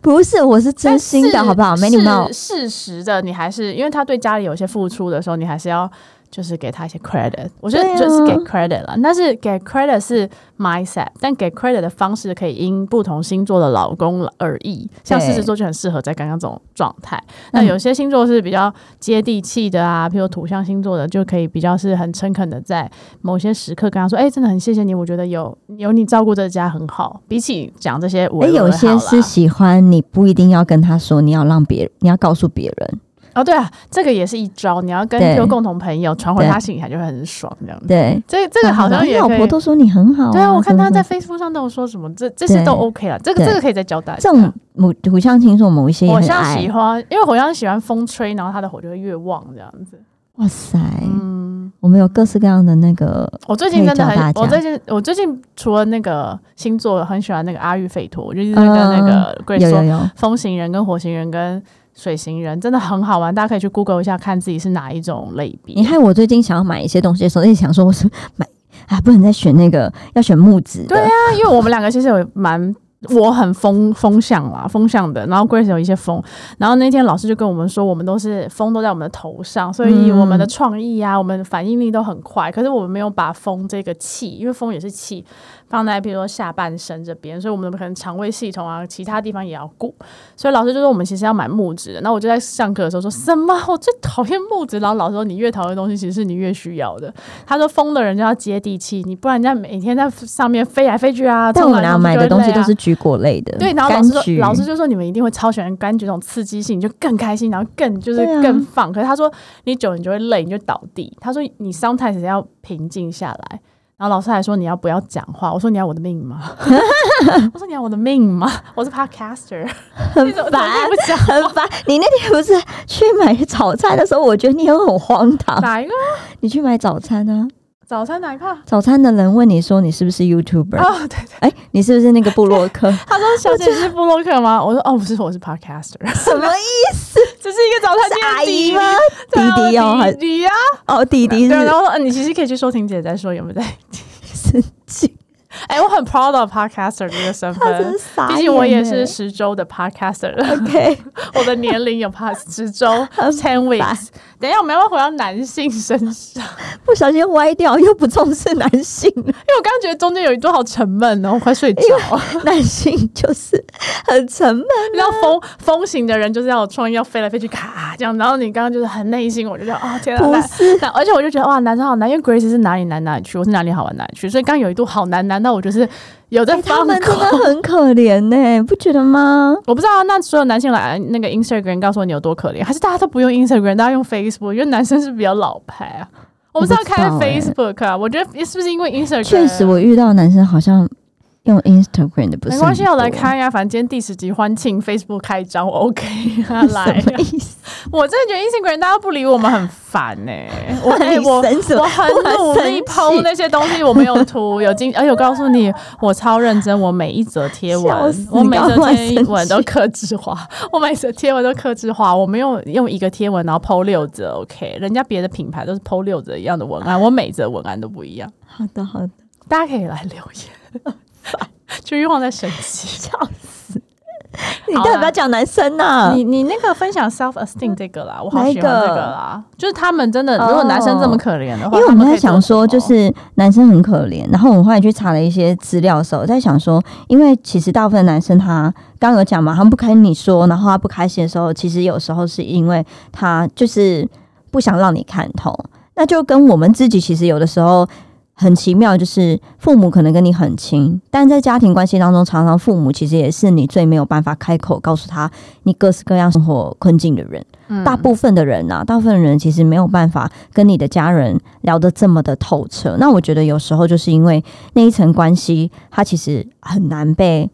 S1: 不是，我是真心的，
S2: 但是
S1: 好不好？没礼貌
S2: 是。事实的，你还是因为他对家里有些付出的时候，你还是要就是给他一些 credit。我觉得
S1: 对啊
S2: 就是给 credit 了，但是给 credit 是 mindset，但给 credit 的方式可以因不同星座的老公而异。像
S1: 对嗯
S2: 狮子座就很适合在刚刚这种状态。那有些星座是比较接地气的啊，譬如土象星座的，就可以比较是很诚恳的，在某些时刻跟他说：“哎、真的很谢谢你，我觉得有有你照顾这家很好。”比起讲这些，我
S1: 哎，有些是喜欢你，不一定要跟他说，你要让别人，你要告诉别人。
S2: 哦，对啊，这个也是一招，你要跟
S1: 对
S2: 有共同朋友传回
S1: 对
S2: 他心里，他就会很爽这样子。
S1: 对，
S2: 这这个好像
S1: 你
S2: 也
S1: 老
S2: 可以
S1: 婆。都说你很好啊。
S2: 对啊，我看他
S1: 什么
S2: 在
S1: 什
S2: Facebook 上都有说什么，这这些
S1: 对
S2: 都 OK 了。这个
S1: 对
S2: 这个可以再教大
S1: 么
S2: 家。
S1: 这种母土象星座某一些也
S2: 火
S1: 很
S2: 象喜
S1: 爱。
S2: 欢，因为火象喜欢风吹，然后他的火就会越旺这样子。
S1: 哇塞，
S2: 嗯，
S1: 我们有各式各样的那个
S2: 我最近真的
S1: 可以
S2: 很，
S1: 教大家
S2: 我最近我最近除了那个星座，很喜欢那个阿育吠陀，我就一直在跟那个 Grace
S1: 嗯有有
S2: 说，
S1: 有，
S2: 风行人跟火行人跟水行人真的很好玩，大家可以去 Google 一下，看自己是哪一种类别。
S1: 你害我最近想要买一些东西的时候，一直想说我是买啊，不能再选那个，要选木质的。
S2: 对啊，因为我们两个其实有蛮。我很风风向啦，风向的。然后 Grace 有一些风，然后那天老师就跟我们说，我们都是风都在我们的头上，所以
S1: 嗯
S2: 我们的创意啊，我们的反应力都很快。可是我们没有把风这个气，因为风也是气，放在比如说下半身这边，所以我们可能肠胃系统啊，其他地方也要顾。所以老师就说我们其实要买木质的。那我就在上课的时候说什么？我最讨厌木质。然后老师说你越讨厌的东西，其实是你越需要的。他说疯的人就要接地气，你不然人家每天在上面飞来飞去啊。
S1: 但我们
S2: 冲来
S1: 俩
S2: 冲去
S1: 买的
S2: 就
S1: 东
S2: 会
S1: 西
S2: 累啊
S1: 都是橘果类的，
S2: 对，然后
S1: 柑
S2: 老师说，
S1: 橘
S2: 老师就说你们一定会超喜欢柑橘这种刺激性，你就更开心，然后更就是
S1: 对啊
S2: 更放。可是他说你久了你就会累，你就倒地。他说你 sometimes 要平静下来。然后老师还说你要不要讲话？我说你要我的命吗？ 我说你要我的命吗？我 是 podcaster，很
S1: 烦
S2: 不 讲
S1: 很烦。你那天不是去买早餐的时候，我觉得你很荒唐。
S2: 哪一个
S1: 你去买早餐啊，
S2: 早餐哪 一块？
S1: 早餐的人问你说你是不是 YouTuber？哎、
S2: 哦，对对，
S1: 你是不是那个布洛 克？
S2: 他说小姐是布洛克吗？我说哦，不是，我是 podcaster，
S1: 什么意
S2: 这是一个早餐
S1: 思？
S2: 店
S1: 阿
S2: 的
S1: 姨吗？
S2: 对啊
S1: 弟弟哦还
S2: 弟弟呀，
S1: 哦，弟弟
S2: 对，然
S1: 是
S2: 后说嗯你其实可以去收婷姐再说有没有在
S1: 神经，
S2: 哎、我很 proud of podcaster 这个身
S1: 他真
S2: 份
S1: 是，傻眼欸。
S2: 嗯毕竟我也是十周的 podcaster，
S1: OK，
S2: 我的年龄有 p a s 十周 ten weeks。等一下，我们要不要回到男性身上？
S1: 不小心歪掉，又不重视男性了。
S2: 因为我刚刚觉得中间有一段好沉闷哦，我快睡
S1: 哎
S2: 着 了。
S1: 男性就是很沉闷，
S2: 你知道风风行的人就是要有创意，要飞来飞去，咔这样。然后你刚刚就是很内心，我就觉得哦天啊，
S1: 不
S2: 那
S1: 是？
S2: 那而且我就觉得哇，男生好难，因为 Grace 是哪里难哪里去，我是哪里好玩哪里去，所以刚刚有一度好难，难道我就是有在
S1: 哎他
S2: 放
S1: 们真
S2: 空？
S1: 的很可怜呢、不觉得吗？
S2: 我不知道啊，那所有男性来那个 Instagram 告诉我你有多可怜，还是大家都不用 Instagram，大家用 Facebook？因为男生是比较老牌啊。我们是要开
S1: 我不知道欸
S2: Facebook 啊，我觉得是不是因为 Instagram？
S1: 确实，我遇到的男生好像用 Instagram 的不是
S2: 没
S1: 很
S2: 关系，啊我来
S1: 多
S2: 开呀、反正今天第十集欢庆 Facebook 开张，OK 啊，
S1: 什
S2: 来啊、
S1: 么意思？
S2: 我真的觉得 Instagram 大家不理我们很烦呢、我 哎、
S1: 你
S2: 我
S1: 神什么
S2: 我很
S1: 我
S2: 努
S1: 很
S2: 力
S1: 生气
S2: 剖那些东西，我没 有图，有经，而且我告诉你，我超认真，我每一则贴
S1: 笑
S2: 文
S1: 死，
S2: 我每
S1: 你
S2: 则
S1: 干嘛
S2: 贴文都
S1: 生气
S2: 克制化，我每则贴文都克制化，我没有用一个贴文然后剖六则，OK，人家别的品牌都是剖六则一样的文案，我每则文案都不一样，
S1: 好的，好的，
S2: 大家可以来留言。 就欲望在生气，
S1: 笑死！
S2: 啊
S1: 你到底不要讲男生啊呐、
S2: 你你那个分享 self esteem 这个啦，我好
S1: 嗯哪一
S2: 喜欢这个
S1: 个
S2: 啦，就是他们真的，
S1: 哦
S2: 如果男生这么可怜的话，
S1: 因为我
S2: 他
S1: 们
S2: 可
S1: 在
S2: 以做
S1: 想说，
S2: 什
S1: 就
S2: 么
S1: 是男生很可怜。然后我们后来去查了一些资料的时候，我在想说，因为其实大部分男生他刚刚有讲嘛，他们不跟你说，然后他不开心的时候，其实有时候是因为他就是不想让你看透。那就跟我们自己其实有的时候很奇妙，就是父母可能跟你很亲，但在家庭关系当中，常常父母其实也是你最没有办法开口告诉他你各式各样生活困境的人。
S2: 嗯
S1: 大部分的人呐、大部分人其实没有办法跟你的家人聊得这么的透彻。那我觉得有时候就是因为那一层关系，它其实很难被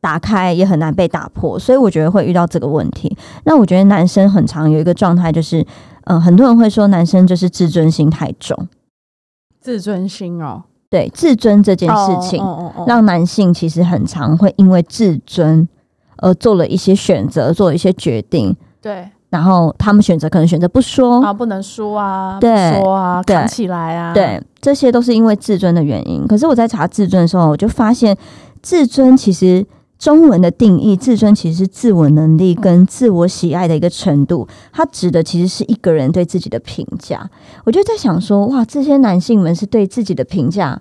S1: 打开，也很难被打破，所以我觉得会遇到这个问题。那我觉得男生很常有一个状态，就是呃，很多人会说男生就是自尊心太重，
S2: 自尊心哦，
S1: 对自尊这件事
S2: 哦
S1: 情，
S2: 哦哦哦
S1: 让男性其实很常会因为自尊而做了一些选择，做了一些决定。
S2: 对
S1: 然后他们选择可能选择不说
S2: 啊，不能输啊，不
S1: 哦对
S2: 说啊，
S1: 对
S2: 扛起来啊，？
S1: 对，这些都是因为自尊的原因。可是我在查自尊的时候，我就发现自尊其实中文的定义，自尊其实是自我能力跟自我喜爱的一个程度，它指的其实是一个人对自己的评价。我就在想说，哇，这些男性们是对自己的评价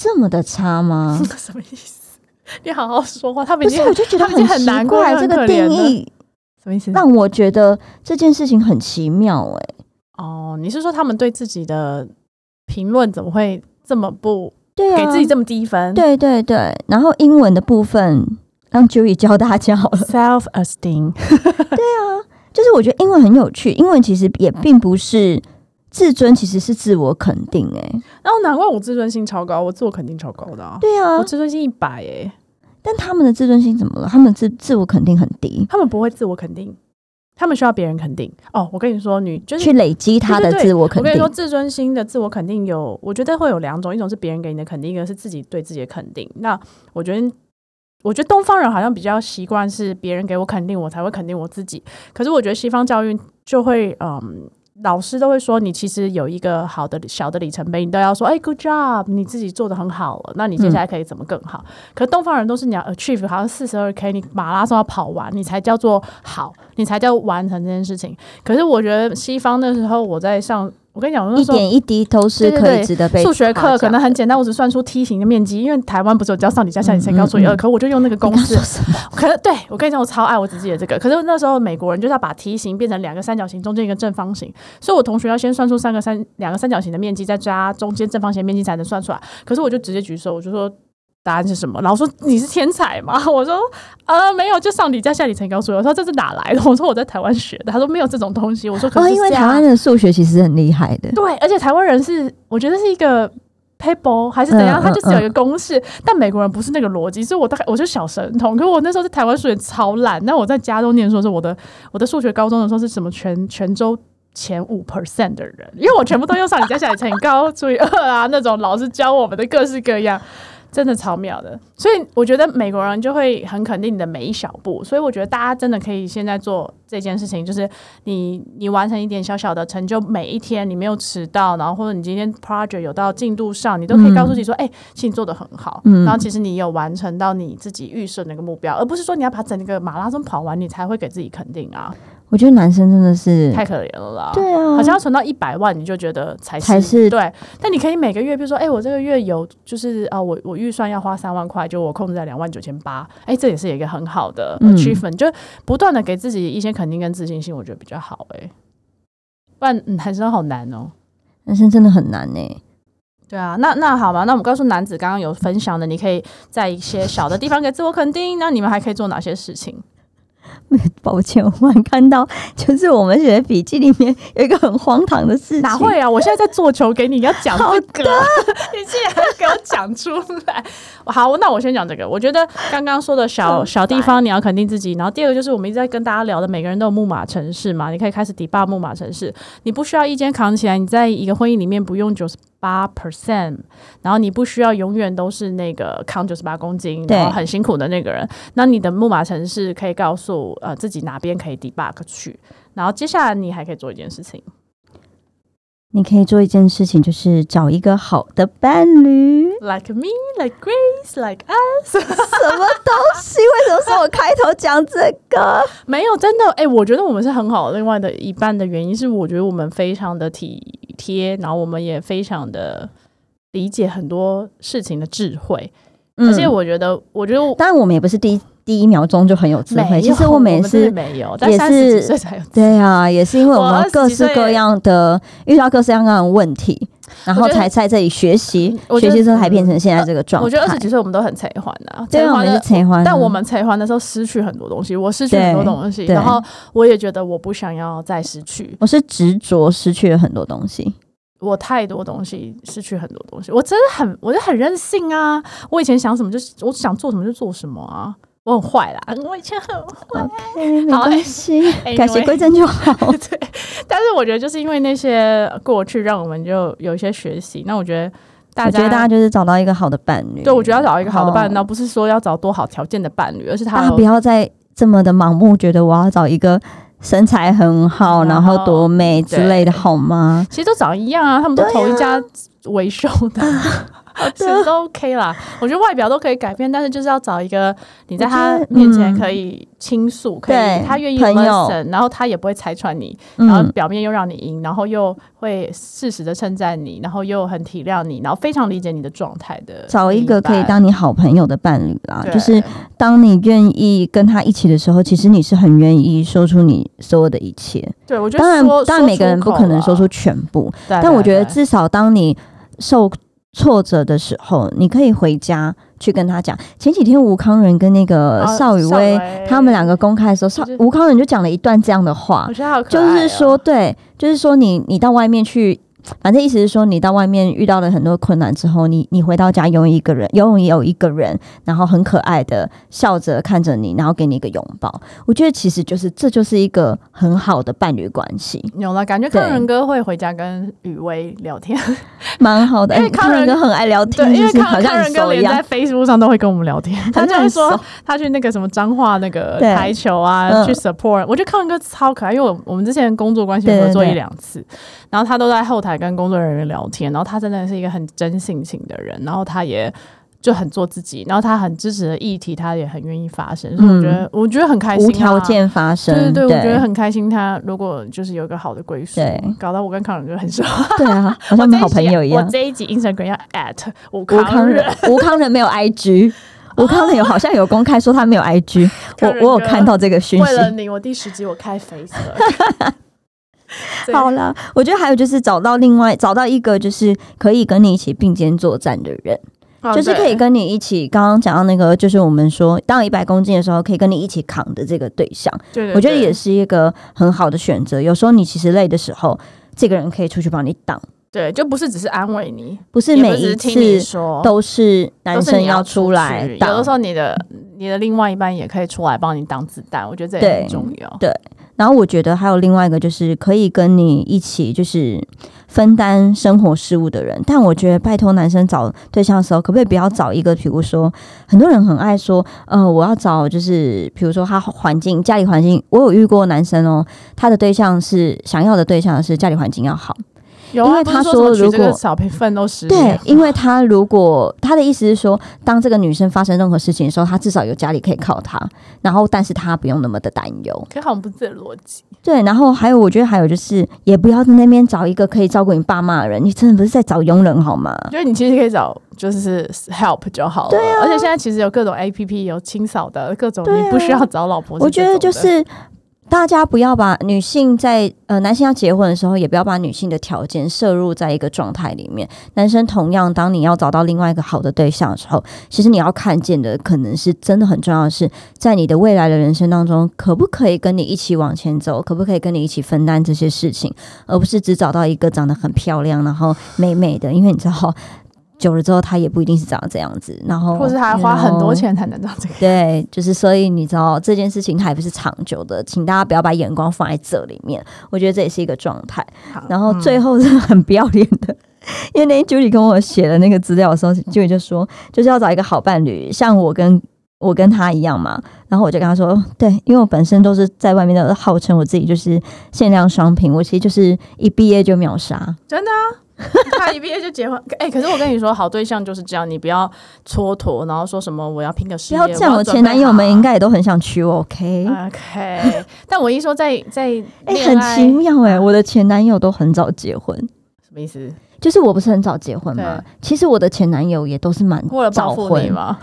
S1: 这么的差吗
S2: 什么意思？你好好说话，他们
S1: 不
S2: 已
S1: 是，
S2: 经
S1: 我就觉得
S2: 他们已经很
S1: 奇
S2: 难过
S1: 怪，
S2: 很
S1: 这
S2: 可
S1: 个
S2: 怜
S1: 定
S2: 了嗯
S1: 义
S2: 什么意思？
S1: 让我觉得这件事情很奇妙、欸。
S2: 哦，你是说他们对自己的评论怎么会这么不
S1: 对啊，
S2: 给自己这么低分？
S1: 对对对。然后英文的部分，让 Julie 教大家好了。
S2: ，self esteem，
S1: 啊就是我觉得英文很有趣，英文其实也并不是自尊，其实是自我肯定、欸。哎，
S2: 然后难怪我自尊心超高，我自我肯定超高的啊，
S1: 对啊
S2: 我，自尊心一百哎，
S1: 但他们的自尊心怎么了？他们自自我肯定很低，
S2: 他们不会自我肯定，他们需要别人肯定。哦，我跟你说，女就是
S1: 去累积他的
S2: 对对对
S1: 自我肯
S2: 我
S1: 定。
S2: 跟你说，自尊心的自我肯定有，我觉得会有两种，一种是别人给你的肯定，一个是自己对自己的肯定。那我觉得，我觉得东方人好像比较习惯是别人给我肯定，我才会肯定我自己。可是我觉得西方教育就会，嗯，老师都会说，你其实有一个好的小的里程碑，你都要说，哎，good job，你自己做的很好了，那你
S1: 嗯
S2: 接下来可以怎么更好？可是东方人都是你要 achieve，好像四十二 k，你马拉松要跑完，你才叫做好，你才叫完成这件事情。可是我觉得西方那时候我在上，我跟你讲，那
S1: 一
S2: 时候
S1: 点一滴都是
S2: 对对
S1: 可
S2: 对
S1: 以值得被
S2: 数学
S1: 夸
S2: 课
S1: 奖
S2: 可能很简单，我只算出梯形的面积，因为台湾不是有教上底加下底乘以高除以二，
S1: 嗯嗯嗯
S2: 可我就用那个公
S1: 你刚
S2: 式
S1: 说。什么？
S2: 可是对我跟你讲，我超爱我只记得这个。可是那时候美国人就是要把梯形变成两个三角形中间一个正方形，所以我同学要先算出三个三两个三角形的面积，再加中间正方形的面积才能算出来。可是我就直接举手，我就说。答案是什么？然后说你是天才吗？ 我说呃没有，就上底加下底乘以高除以二。他说这是哪来的？我说我在台湾学的。他说没有这种东西。我说可
S1: 哦，
S2: 是
S1: 因为
S2: 这
S1: 台
S2: 样啊
S1: 湾的数学其实很厉害的，
S2: 对，而且台湾人是，我觉得是一个 paper 还是怎样，
S1: 嗯
S2: 他就是有一
S1: 嗯
S2: 个公式，但美国人不是那个逻辑，所以我大概我就小神童，可我那时候在台湾数学超烂，那我在加州念书的时候，我的我的数学高中的时候是什么全全州。前五 percent 的人，因为我全部都用上你加起来乘以高除以二啊，那种老师教我们的各式各样，真的超妙的。所以我觉得美国人就会很肯定你的每一小步，所以我觉得大家真的可以现在做这件事情，就是你你完成一点小小的成就，每一天你没有迟到，然后或者你今天 project 有到进度上，你都可以告诉自己说，哎、其实你做的很好，
S1: 嗯
S2: 然后其实你有完成到你自己预设那个目标，而不是说你要把整个马拉松跑完，你才会给自己肯定啊，
S1: 我觉得男生真的是，
S2: 太可怜了啦。
S1: 对啊，
S2: 好像要存到一百万，你就觉得才是
S1: 才是
S2: 对。但你可以每个月，比如说，哎、我这个月有就是啊、我我预算要花三万块，就我控制在两万九千八，哎，这也是一个很好的
S1: 嗯
S2: achievement，、就不断的给自己一些肯定跟自信心，我觉得比较好、哎，不然嗯男生好难哦。
S1: 男生真的很难欸呢、
S2: 对啊，那那好吧，那我们告诉男子刚刚有分享的，你可以在一些小的地方给自我肯定。那你们还可以做哪些事情？
S1: 抱歉，我们看到就是我们写的笔记里面有一个很荒唐的事情，
S2: 哪会啊？我现在在做球给你，你要讲
S1: 好
S2: 这个， 你竟然给我讲出来。好，那我先讲这个。我觉得刚刚说的小小地方，你要肯定自己。然后第二个就是我们一直在跟大家聊的，每个人都有木马城市嘛，你可以开始 debug 木马城市。你不需要一肩扛起来，你在一个婚姻里面不用九十八 percent，然后你不需要永远都是那个扛九十八公斤，
S1: 对
S2: 然后很辛苦的那个人。那你的木马城市可以告诉呃自己哪边可以 debug 去，然后接下来你还可以做一件事情。
S1: 你可以做一件事情，就是找一个好的伴侣。
S2: Like me, like Grace, like us。
S1: 什么东西？为什么是我开头讲这个？
S2: 没有，真的，哎、我觉得我们是很好。另外的一半的原因是，我觉得我们非常的体贴，然后我们也非常的理解很多事情的智慧。而且，我觉得，我觉得我
S1: 当然我们也不是第一第一秒钟就很有智
S2: 没
S1: 慧。
S2: 有
S1: 其实我们也
S2: 真的
S1: 是，
S2: 没有，但
S1: 也
S2: 三十几
S1: 是
S2: 岁才有。
S1: 对啊，也是因为我
S2: 我
S1: 们
S2: 20
S1: 各
S2: 几岁
S1: 式各样的遇到各式各样的问题，然后
S2: 我觉得嗯
S1: 才在这里学习
S2: 我，觉
S1: 学
S2: 得
S1: 习之后才变成现在这个状态。
S2: 我觉得二十几岁我们都很才欢啊，
S1: 对
S2: 才
S1: 啊，我
S2: 欢
S1: 们
S2: 的
S1: 是才欢啊，
S2: 但我们才还的时候失去很多东西，我失去很多
S1: 对
S2: 东西，
S1: 对
S2: 然后我也觉得我不想要再失去，
S1: 我是执着失去了很多东西。
S2: 我太多东西，失去很多东西，我真的很，我就很任性啊！我以前想什么就是我想做什么就做什么啊，我很坏啦， 我以前很坏。
S1: OK，没
S2: 好哎
S1: 关系，
S2: anyway
S1: 改邪归正就好。
S2: 但是我觉得就是因为那些过去，让我们就有一些学习。那我觉得大
S1: 我觉
S2: 家，
S1: 得大家就是找到一个好的伴侣。
S2: 对我觉得要找一个好的伴侣，
S1: 哦
S2: 那、不是哦说要找多好条件的伴侣，而是他
S1: 大家不要再这么的盲目，觉得我要找一个身材很好，
S2: 然
S1: 然
S2: 后
S1: 后多美之类的，好吗？
S2: 其实都长一样啊，他们都同一家维修 的，其
S1: 啊
S2: 实都 OK 啦。我觉得外表都可以改变，但是就是要找一个你在他面前可以倾诉，可以
S1: 嗯对
S2: 他愿意
S1: 朋友
S2: listen，然后他也不会拆穿你，然后
S1: 嗯，
S2: 表面又让你赢，然后又会适时的称赞你，然后又很体谅你，然后非常理解你的状态的。
S1: 找一个可以
S2: 另半
S1: 当你好朋友的伴侣啦。
S2: 对
S1: 就是当你愿意跟他一起的时候，其实你是很愿意说出你所有的一切。
S2: 对，我觉得
S1: 当然
S2: 说，
S1: 当然每个人不可能说，出
S2: 口
S1: 全部，
S2: 啦对
S1: 但我
S2: 对
S1: 觉得
S2: 对
S1: 至少当你受挫折的时候，你可以回家去跟他讲。前几天吴康仁跟那个
S2: 啊
S1: 邵雨
S2: 邵
S1: 薇
S2: 薇
S1: 他们两个公开的时候，邵
S2: 就是
S1: 吴康仁就讲了一段这样的话
S2: 我，觉得好可
S1: 就
S2: 爱哦
S1: 是说，对，就是说你你到外面去，反正意思是说，你到外面遇到了很多困难之后，你你回到家拥有一个人，拥有一个人，然后很可爱的笑着看着你，然后给你一个拥抱。我觉得其实就是这就是一个很好的伴侣关系，
S2: 有了，感觉
S1: 对
S2: 康仁哥会回家跟雨薇聊天。
S1: 蛮好的。
S2: 因为
S1: 哎
S2: 康
S1: 康仁
S2: 仁
S1: 哥很爱聊天，
S2: 对，因为
S1: 就是
S2: 康
S1: 好像
S2: 康
S1: 很
S2: 仁哥
S1: 熟一
S2: 连在
S1: 样。
S2: Facebook 上都会跟我们聊天，他就会
S1: 好
S2: 说
S1: 像很
S2: 他去那个什么彰化那个
S1: 对
S2: 台球啊，
S1: 嗯
S2: 去 support。我觉得康仁哥超可爱，因为我我们之前工作关系有合作
S1: 对对对
S2: 一两次，然后他都在后台跟工作人员聊天，然后他真的是一个很真性情的人，然后他也。就很做自己，然后他很支持的议题，他也很愿意发声，所以我觉得，我觉得很开心、
S1: 嗯
S2: 啊，
S1: 无条件发生，
S2: 对对对，
S1: 对，
S2: 我觉得很开心。他如果就是有一个好的归属
S1: 对，
S2: 搞到我跟康仁哥很熟，
S1: 对啊，好
S2: 我
S1: 像
S2: 这
S1: 们
S2: 一
S1: 好朋
S2: 集
S1: 友一样
S2: 我。这一集 Instagram 要 at 吴
S1: 吴
S2: 康
S1: 康
S2: 仁
S1: 仁，，吴康仁没有 IG，吴康仁有好像有公开说他没有 IG，我
S2: 康仁
S1: 我有
S2: 哥
S1: 看到这个讯
S2: 为
S1: 息。
S2: 了你，我第十集我开 Facebook。对
S1: 好啦，我觉得还有就是找到另外找到一个就是可以跟你一起并肩作战的人，
S2: 哦
S1: 就是可以
S2: 对
S1: 跟你一起刚刚讲到那个，就是我们说当一百公斤的时候可以跟你一起扛的这个对象，
S2: 对对
S1: 我觉得
S2: 对
S1: 也是一个很好的选择。有时候你其实累的时候，这个人可以出去帮你挡，
S2: 对，就不是只是安慰你，
S1: 不是
S2: 也
S1: 每
S2: 不
S1: 一
S2: 是听你
S1: 次
S2: 说，
S1: 都是
S2: 都
S1: 男
S2: 是
S1: 生
S2: 你要
S1: 出来
S2: 去有
S1: 挡
S2: 的时。候你的你的另外一半也可以出来帮你挡子弹，我觉得这也
S1: 对
S2: 很重要。
S1: 然后我觉得还有另外一个就是可以跟你一起就是分担生活事务的人，但我觉得拜托男生找对象的时候，可不可以不要找一个，比如说很多人很爱说，呃，我要找就是比如说他环境家里环境，我有遇过男生哦，他的对象是想要的对象是家里环境要好，
S2: 有啊，
S1: 因为
S2: 不
S1: 他
S2: 是说
S1: 说
S2: 什么
S1: 如
S2: 娶这个
S1: 果
S2: 少奋斗十
S1: 对
S2: 年，，
S1: 因为他如果他的意思是说，当这个女生发生任何事情的时候，他至少有家里可以靠他，然后但是他不用那么的担忧。
S2: 可好像不是这个逻辑。
S1: 对，然后还有，我觉得还有就是，也不要在那边找一个可以照顾你爸妈的人，你真的不是在找佣人好吗？
S2: 就是你其实可以找就是 help 就好了，对啊。而且现在其实有各种 A P P 有清扫的各种，
S1: 对啊
S2: 你不需要找老婆。
S1: 我觉得就是大家不要把女性在呃男性要结婚的时候，也不要把女性的条件摄入在一个状态里面。男生同样，当你要找到另外一个好的对象的时候，其实你要看见的可能是真的很重要的是，在你的未来的人生当中，可不可以跟你一起往前走，可不可以跟你一起分担这些事情，而不是只找到一个长得很漂亮，然后美美的，因为你知道。久了之后，他也不一定是长这样子，然后
S2: 或者还要
S1: you
S2: 花很
S1: know
S2: 多钱才能到这个。
S1: 对，就是所以你知道这件事情它也不是长久的，请大家不要把眼光放在这里面。我觉得这也是一个状态。
S2: 好
S1: 然后
S2: 嗯
S1: 最后是很不要脸的，因为那天 Judy 跟我写了那个资料的时候，Judy 就说就是要找一个好伴侣，像我跟我跟他一样嘛。然后我就跟他说，哦对，因为我本身都是在外面的，号称我自己就是限量商品，我其实就是一毕业就秒杀。
S2: 真的啊， 他一毕业就结婚。哎、可是我跟你说，好对象就是这样，你不要蹉跎，然后说什么我要拼个
S1: 不
S2: 事业。
S1: 要哎这样，我前男友们应该也都很想娶我，OK？、
S2: 该 OK。但我一说在在
S1: 哎、
S2: 恋
S1: 很
S2: 爱
S1: 奇妙哎、我的前男友都很早结婚。
S2: 什么意思？
S1: 就是我不是很早结婚嘛
S2: 对，
S1: 其实我的前男友也都是蛮
S2: 为了
S1: 早
S2: 报复你
S1: 婚，
S2: 吗？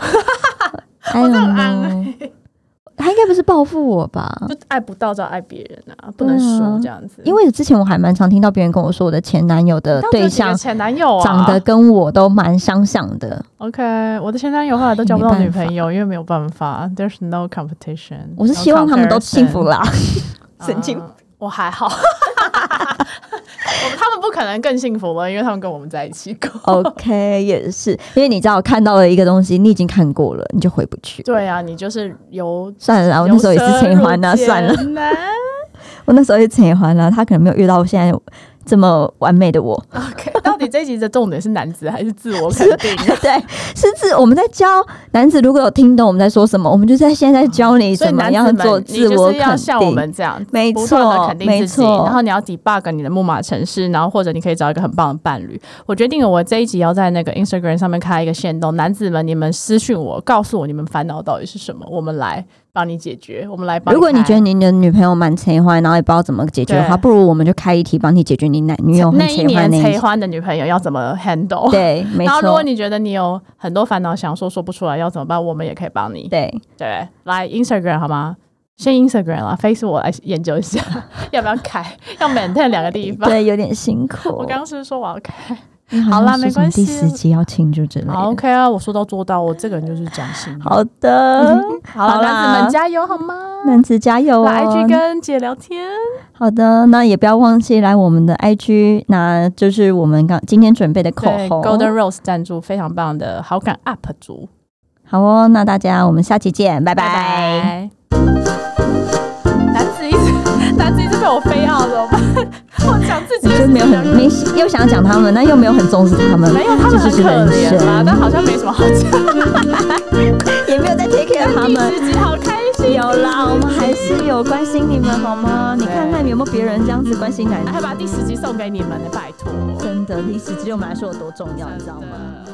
S1: 哎
S2: 我这样安
S1: 呦， 他应该不是报复我吧？
S2: 就爱不到就要爱别人啊，不能输这样子。
S1: 因为之前我还蛮常听到别人跟我说，我的前男友的
S2: 到底有
S1: 对
S2: 几个
S1: 象
S2: 前男友啊，
S1: 长得跟我都蛮相像的。
S2: OK，我的前男友后来都交不到女朋友，因为没有办法，There's no 啊 competition。嗯
S1: 我是希望他们都幸福，啦， 神 经
S2: 我还好。我他们不可能更幸福了，因为他们跟我们在一起过。
S1: 哦 OK 也是，因为你知道看到了一个东西，你已经看过了，你就回不去。
S2: 对啊，你就是由
S1: 算了啦，我那时候也是陈欢啊，算了，
S2: 了。
S1: 我那时候也是陈欢啊，他可能没有遇到现在这么完美的我。
S2: OK，到底这一集的重点是男子还是自我肯定？
S1: 对，是自我们在教男子，如果有听懂我们在说什么，我们就在现在教 你
S2: 所以
S1: 怎么
S2: 男子
S1: 样
S2: 们，
S1: 做
S2: 你
S1: 自
S2: 就
S1: 我
S2: 是要
S1: 肯
S2: 像我
S1: 定。
S2: 们这样，
S1: 没
S2: 不断的
S1: 错
S2: 肯，定
S1: 没
S2: 自己，然
S1: 错
S2: 后，你要 debug 你的木马城市，然后或者你可以找一个很棒的伴侣。我决定了，我这一集要在那个 Instagram 上面开一个限动，男子们，你们私讯我，告诉我你们烦恼到底是什么，我们来帮你解决，我们来帮。
S1: 如果你觉得你的女朋友蛮催欢，然后也不知道怎么解决的话，
S2: 对
S1: 不如我们就开一题帮你解决你男女友很
S2: 那一
S1: 催欢
S2: 年
S1: 那一
S2: 催
S1: 集。
S2: 欢的女朋友要怎么 handle？
S1: 对，没
S2: 然后，如果
S1: 错，
S2: 你觉得你有很多烦恼想说说不出来，要怎么办？我们也可以帮你。
S1: 对，
S2: 对，来 Instagram 好吗？先 Instagram 啦，Face 我来研究一下， 要不要开？要 maintain 两个地方。
S1: 对，有点辛苦。
S2: 我刚刚是不是说我要开？
S1: 你
S2: 好
S1: 像
S2: 啦
S1: 说
S2: 没
S1: 什么
S2: 关
S1: 第
S2: 系
S1: 十集要庆祝之类
S2: 好
S1: 的。
S2: ，OK 啊，我说到做到，我这个人就是讲信用。
S1: 好的，
S2: 好啦，
S1: 好啦
S2: 男子们加油好吗？
S1: 男子加油
S2: 来 IG
S1: 哦！
S2: 跟姐聊天，
S1: 好的，那也不要忘记来我们的 IG，那就是我们刚今天准备的口
S2: 对
S1: 红。
S2: Golden Rose 赞助非常棒的好感 UP 主，
S1: 好哦，那大家我们下期见，拜拜。。
S2: 男子一直男子一直被我飞傲，怎么办？ 我讲自己
S1: 我就
S2: 的
S1: 没有很
S2: 事情
S1: 没又想讲他们，但又没有很重视他们，
S2: 没有，他们
S1: 这
S2: 很
S1: 就是
S2: 可
S1: 人
S2: 怜啊啦，但
S1: 生，
S2: 好像没什么好讲。
S1: 也没有在 take care 他 们。
S2: 第十集好开心，
S1: 有啦，我们还是有关心你们好吗？你看看有没有别人这样子关心男人，
S2: 还把第十集送给你们呢，拜托。
S1: 真的历史只有我们来说有多重要，你知道吗？
S2: 真的